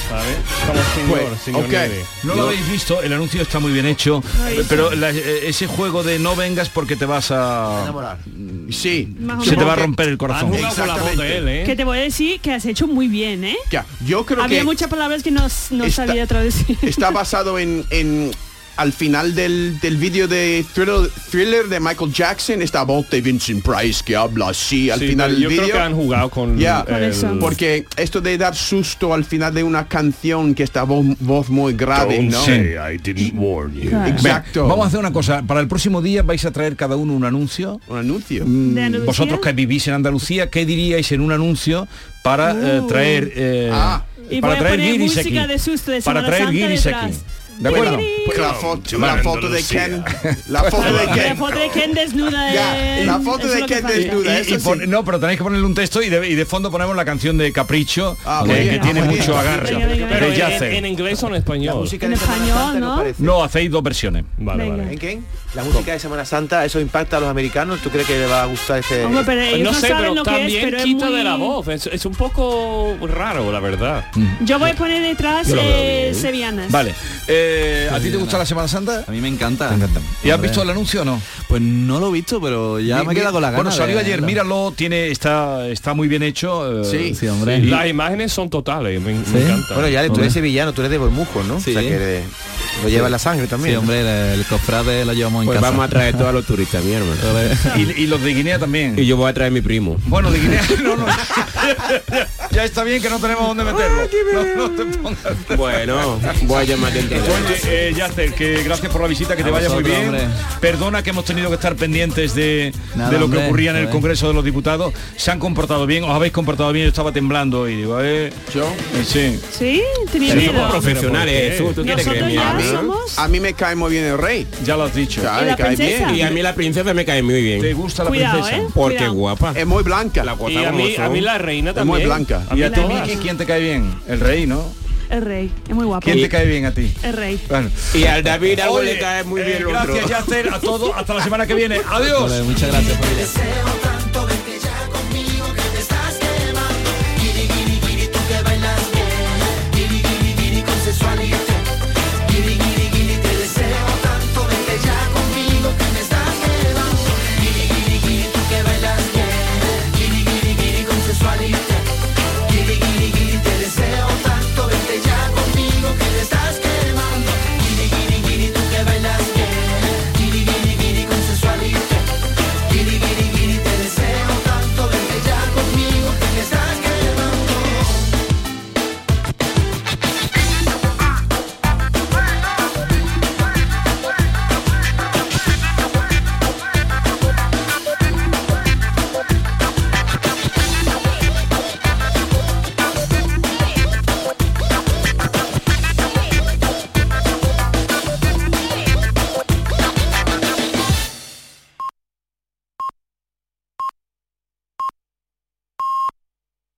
S5: ¿sabes? Como señor,
S1: Pues,
S5: señor
S1: ok.
S5: Nieve.
S1: No lo habéis visto, el anuncio está muy bien hecho,
S4: Ay,
S1: pero la- eh, ese juego de no vengas porque te vas a... Mm,
S6: sí.
S4: Más o
S1: Se te
S4: menos.
S1: va a romper el corazón.
S5: Han jugado con la voz de él, ¿eh?
S4: Que te voy a decir que has hecho muy bien, ¿eh?
S6: Ya, yo creo
S4: Había
S6: que
S1: Eh,
S4: muchas palabras que no, no
S6: Está-
S4: sabía traducir.
S6: está basado en, en al final del, del vídeo de thriller, Thriller de Michael Jackson está voz de Vincent Price que habla así al
S5: Sí,
S6: final
S5: pero
S6: del
S5: yo creo
S6: vídeo.
S5: que han jugado con,
S6: Ya,
S5: Con eso.
S6: porque esto de dar susto al final de una canción que está voz, voz muy grave,
S1: Don't
S6: ¿no?
S1: say
S6: I didn't warn you.
S1: Ven,
S6: Exacto.
S1: vamos a hacer una cosa. Para el próximo día vais a traer cada uno un anuncio. Mm,
S6: Un anuncio.
S4: ¿De Andalucía?
S1: Vosotros que vivís en Andalucía, ¿qué diríais en un anuncio para eh, traer eh,
S4: Uh. Ah. Y
S1: para
S4: voy a
S1: traer
S4: poner
S1: guiris aquí?
S4: música de susto de
S1: para
S4: Semana
S1: traer
S4: Santa
S1: guiris
S4: detrás.
S1: aquí. ¿De acuerdo?
S6: Pues la foto, la foto de Ken. La foto de
S4: La
S6: Ken.
S4: foto de Ken desnuda.
S6: Ya,
S4: eh,
S6: la foto
S4: es
S6: de
S4: lo que
S6: Ken
S4: falta.
S6: desnuda,
S1: Y- y pon- No, pero tenéis que ponerle un texto y de, y de fondo ponemos la canción de Capricho, que,
S5: muy
S1: que
S5: bien.
S1: tiene
S5: Ah, muy bien.
S1: mucho agarre.
S5: Venga, venga,
S1: Pero
S5: venga.
S1: ya
S5: En-
S1: hace.
S5: en inglés o en español.
S4: En español, ¿no?
S1: No, hacéis dos versiones.
S5: Vale,
S2: vale. ¿En qué? La música de Semana Santa, ¿eso impacta a los americanos? ¿Tú crees que les va a gustar este...?
S4: Hombre, pero ellos
S5: Pues no sé,
S4: saben
S5: pero
S4: lo que es,
S5: también
S4: pero es
S5: quita
S4: muy-
S5: de la voz. Es, es un poco raro, la verdad.
S4: Yo voy a poner detrás
S5: Yo lo veo
S4: eh,
S5: bien.
S4: sevillanas.
S1: Vale. Eh, ¿A ti te gusta la Semana Santa?
S24: A mí me encanta.
S1: ¿Y has visto el anuncio o no?
S24: Pues no lo he visto, pero ya
S1: Mi-
S24: me he quedado con la gana.
S1: Bueno, salió
S24: de-
S1: ayer, míralo, tiene, está, está muy bien hecho. eh,
S24: Sí. Sí, hombre.
S5: Las imágenes son totales, me, me encanta.
S2: Bueno, ya tú eres sevillano, tú eres de Bormujos, ¿no? O sea que eres- lo lleva en la sangre también.
S24: Sí, hombre, el, el cofrade lo llevamos en
S2: Pues
S24: casa.
S2: vamos a
S3: traer todos los turistas, mi hermano.
S1: Y, y los de Guinea también.
S3: Y yo voy a traer mi primo.
S1: Bueno, de Guinea, no, no. ya está bien que no tenemos dónde meterlo. No, no te pongas.
S3: Bueno, voy a llamar dentro de
S1: Oye, eh, Yasser, que gracias por la visita, que te
S24: A
S1: vaya muy bien.
S24: vosotros,
S1: Perdona que hemos tenido que estar pendientes de,
S24: Nada,
S1: de lo
S24: hombre,
S1: que ocurría en el
S24: joder.
S1: Congreso de los Diputados. Se han comportado bien, os habéis comportado bien, yo estaba temblando y digo, eh.
S6: ¿Yo?
S1: Sí.
S4: Sí, tenía
S1: Sí,
S4: miedo.
S1: somos
S3: profesionales,
S1: Pero, ¿por
S3: eh, tú
S1: qué?
S3: quieres que
S4: Nosotros
S3: mi
S4: ya
S3: hermano.
S4: somos-
S6: A mí me cae muy bien el rey.
S1: Ya lo has dicho.
S4: ¿Y la princesa?
S3: Y a mí la princesa me cae muy bien.
S1: ¿Te gusta
S4: la Cuidado, princesa? ¿eh?
S3: Porque
S4: Cuidado.
S3: guapa.
S6: Es muy blanca. La
S5: Y a mí, a mí la reina
S6: Es muy
S5: también.
S6: blanca.
S5: mí
S1: ¿Y a ti,
S5: todas.
S1: Miki, quién te cae bien? El rey, ¿no?
S4: ¿eh? El rey, es muy guapo.
S1: ¿Quién te cae bien a ti?
S4: El rey.
S1: Bueno.
S3: Y al David algo
S1: Oye,
S3: le cae muy
S1: eh,
S3: bien el otro.
S1: Gracias, Yaster, a todos. Hasta la semana que viene. Adiós.
S24: Vale, muchas gracias. familia.